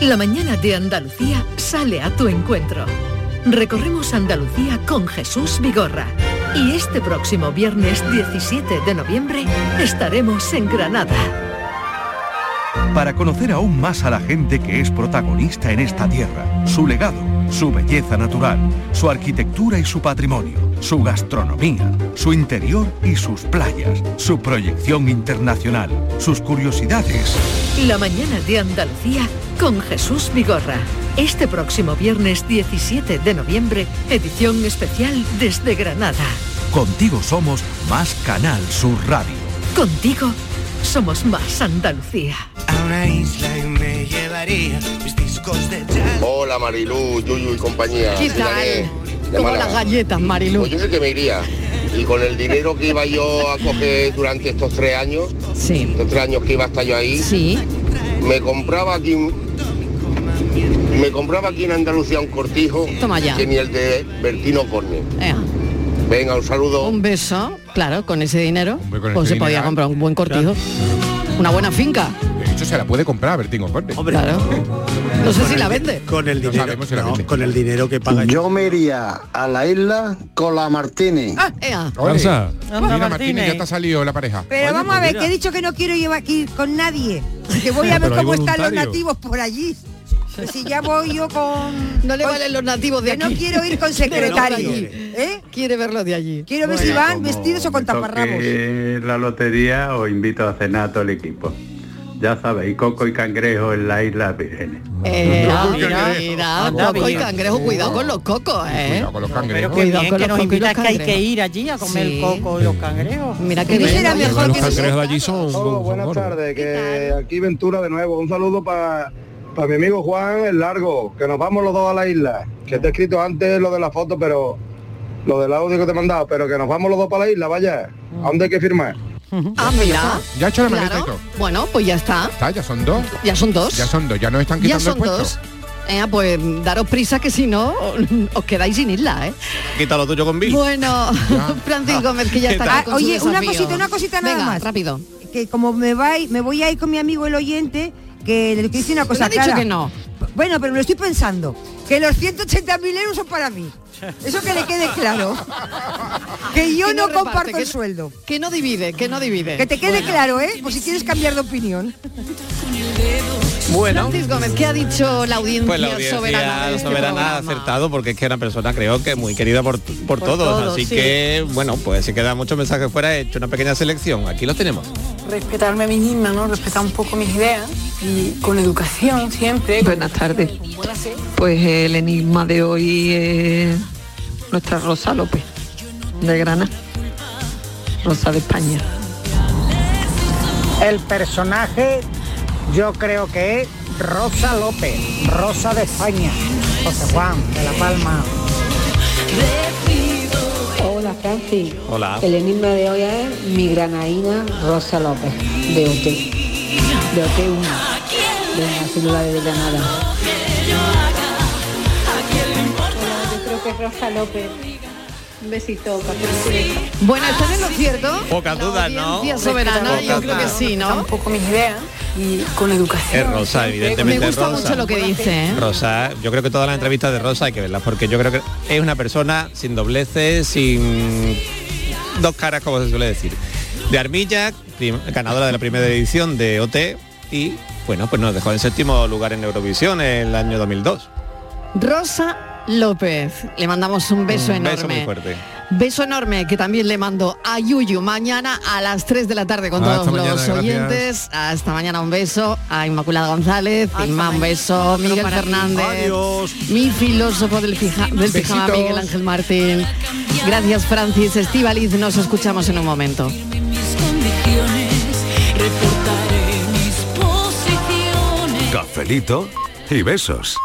S31: La mañana de Andalucía sale a tu encuentro. Recorremos Andalucía con Jesús Vigorra. Y este próximo viernes 17 de noviembre estaremos en Granada.
S4: para conocer aún más a la gente que es protagonista en esta tierra, su legado, su belleza natural, su arquitectura y su patrimonio, su gastronomía, su interior y sus playas, su proyección internacional, sus curiosidades.
S31: La mañana de Andalucía con Jesús Vigorra. Este próximo viernes 17 de noviembre, edición especial desde Granada.
S4: Contigo somos más Canal Sur Radio.
S31: Contigo somos más Andalucía.
S32: me llevaría mis discos de jazz. Hola Marilu, Yuyu y compañía.
S2: ¿Qué
S32: Dígame,
S2: tal? Como
S32: hermana,
S2: las galletas, Marilu.
S32: Pues yo sé que me iría. Y con el dinero que iba yo a coger durante estos tres años, estos tres años que iba hasta yo ahí, me compraba aquí un. Me compraba aquí en Andalucía un cortijo
S2: Toma ya.
S32: que ni el de Bertino Corne.
S2: Eh,
S32: Venga, un saludo.
S2: un beso, claro, con ese dinero,
S32: con
S2: pues
S32: ese
S2: se podía
S32: dinero.
S2: comprar un buen cortijo, una buena finca.
S8: De hecho, se la puede comprar Bertín Osborne.
S2: Claro. No sé
S8: Con
S2: si
S8: el
S2: la
S8: di-
S2: vende.
S33: Con el dinero, no, con el dinero que paga.
S12: Yo me iría a la isla con la Martínez.
S2: Ah, ea.
S8: Garza. Mira,
S6: Hola,
S8: Martínez,
S6: Martínez.
S8: ya te ha salido la pareja.
S6: Pero
S7: pues
S6: vamos a ver, que he dicho que no quiero llevar aquí con nadie. Que voy a ver
S8: Pero hay
S6: cómo están los
S8: voluntarios.
S6: nativos por allí. Que Si ya voy yo con...
S2: No le
S6: con-
S2: valen los nativos de
S6: que
S2: aquí.
S6: no quiero ir con
S2: Quiere
S6: secretario.
S2: verlo de
S6: ¿eh?
S2: Quiere verlo de allí.
S6: Quiero ver si
S2: Bueno,
S6: van vestidos o con taparrabos.
S12: Eh, toque la lotería os invito a cenar a todo el equipo. Ya sabéis, coco y cangrejo en la isla Vírgenes.
S2: Eh,
S12: Coco y
S2: mira,
S12: cangrejo.
S2: mira,
S12: Anda,
S2: coco y
S12: mira.
S2: cangrejo, cuidado con los cocos, eh.
S8: Con los cangrejos.
S7: Pero que
S2: Cuidado
S7: bien
S2: con
S7: que
S2: los
S7: nos
S2: cocos y los
S7: invitas que hay que
S2: cangrejos.
S7: ir allí a comer
S2: Sí.
S7: el coco y los cangrejos.
S2: Mira
S7: que
S5: los cangrejos de allí son, son- son
S21: buenas
S5: gordos.
S21: tardes, que aquí Ventura de nuevo. Un saludo para mi amigo Juan el Largo, que nos vamos los dos a la isla. Que te he escrito antes lo de la foto, pero lo del audio que te he mandado, pero que nos vamos los dos para la isla, vaya. ¿A dónde hay que firmar?
S2: Ah, mira.
S8: Ya ha hecho la maleta
S2: Claro.
S8: y todo.
S2: Bueno, pues ya está.
S8: Está, ya son dos.
S2: Ya son dos.
S8: Ya son dos, ya nos están
S2: Ya
S8: quitando el
S2: son
S8: puesto.
S2: dos. Eh, pues daros prisa que si no os quedáis sin isla, ¿eh?
S25: Quita lo tuyo con Bill.
S2: Bueno,
S8: Ah.
S2: Francisco Gómez que ya
S25: ¿Qué
S2: está.
S25: tal?
S2: aquí con su
S6: Oye, una
S2: desafío.
S6: cosita, una cosita nada
S2: Venga,
S6: más.
S2: rápido.
S6: Que como me voy, me voy a ir con mi amigo el oyente, que le quiero decir una
S2: Pero
S6: cosa
S2: ha dicho
S6: clara.
S2: que no.
S6: Bueno, pero lo estoy pensando. Que los 180.000 euros son para mí. Eso que le quede claro. Que yo no,
S2: reparte,
S6: comparto
S2: Ah, que
S6: el sueldo.
S2: Que no divide, que no divide.
S6: Que te quede
S2: Bueno.
S6: claro, ¿eh? Por si quieres cambiar de opinión.
S25: Bueno.
S2: Francis Gómez, ¿qué ha dicho la audiencia,
S25: Pues la audiencia
S2: soberana?
S25: soberana,
S2: de este
S25: ha acertado porque es que era una persona creo que muy querida por, por, todos,
S2: todos,
S25: así
S2: sí.
S25: que bueno, pues si queda muchos mensajes fuera, he hecho una pequeña selección, aquí los tenemos.
S26: Respetarme a mí misma, ¿no? Respetar un poco mis ideas y con educación siempre.
S16: Buenas tardes. Pues el enigma de hoy es nuestra Rosa López, de Granada, Rosa de España. El personaje yo creo que es Rosa López, Rosa de España, José Juan de La Palma.
S14: Hola Francis.
S25: Hola.
S14: El enigma de hoy es mi granaína Rosa López, de OT. De OT1. De la célula de Granada.
S13: Yo creo que es Rosa López. Un besito, café.
S2: Bueno, ¿están en lo cierto?
S25: Pocas dudas, ¿no?
S2: Audiencia soberana, yo creo que sí, ¿no?
S26: Un poco mis ideas y con educación.
S25: Es Rosa, evidentemente.
S2: Me gusta
S25: Rosa.
S2: mucho lo que dice, ¿eh?
S25: Rosa, yo creo que todas las entrevistas de Rosa hay que verlas, porque yo creo que es una persona sin dobleces, sin dos caras, como se suele decir. De Armilla, prim- ganadora de la primera edición de OT, y bueno, pues nos dejó en séptimo lugar en Eurovisión en el año 2002.
S2: Rosa López, le mandamos un beso
S25: Un
S2: enorme.
S25: beso muy fuerte.
S2: Beso enorme que también le mando a Yuyu mañana a las 3 de la tarde con
S7: Hasta
S2: todos
S7: mañana,
S2: los
S7: gracias.
S2: oyentes. Hasta mañana un beso a Inmaculada González, Inma un beso, Miguel
S7: para ti.
S2: Fernández,
S7: Adiós.
S2: mi filósofo del, fija- del pijama
S14: Besitos.
S2: Miguel Ángel Martín. Gracias Francis, Estivaliz, nos escuchamos en un momento.
S14: Mis condiciones, reportaré mis posiciones.
S4: Cafelito y besos.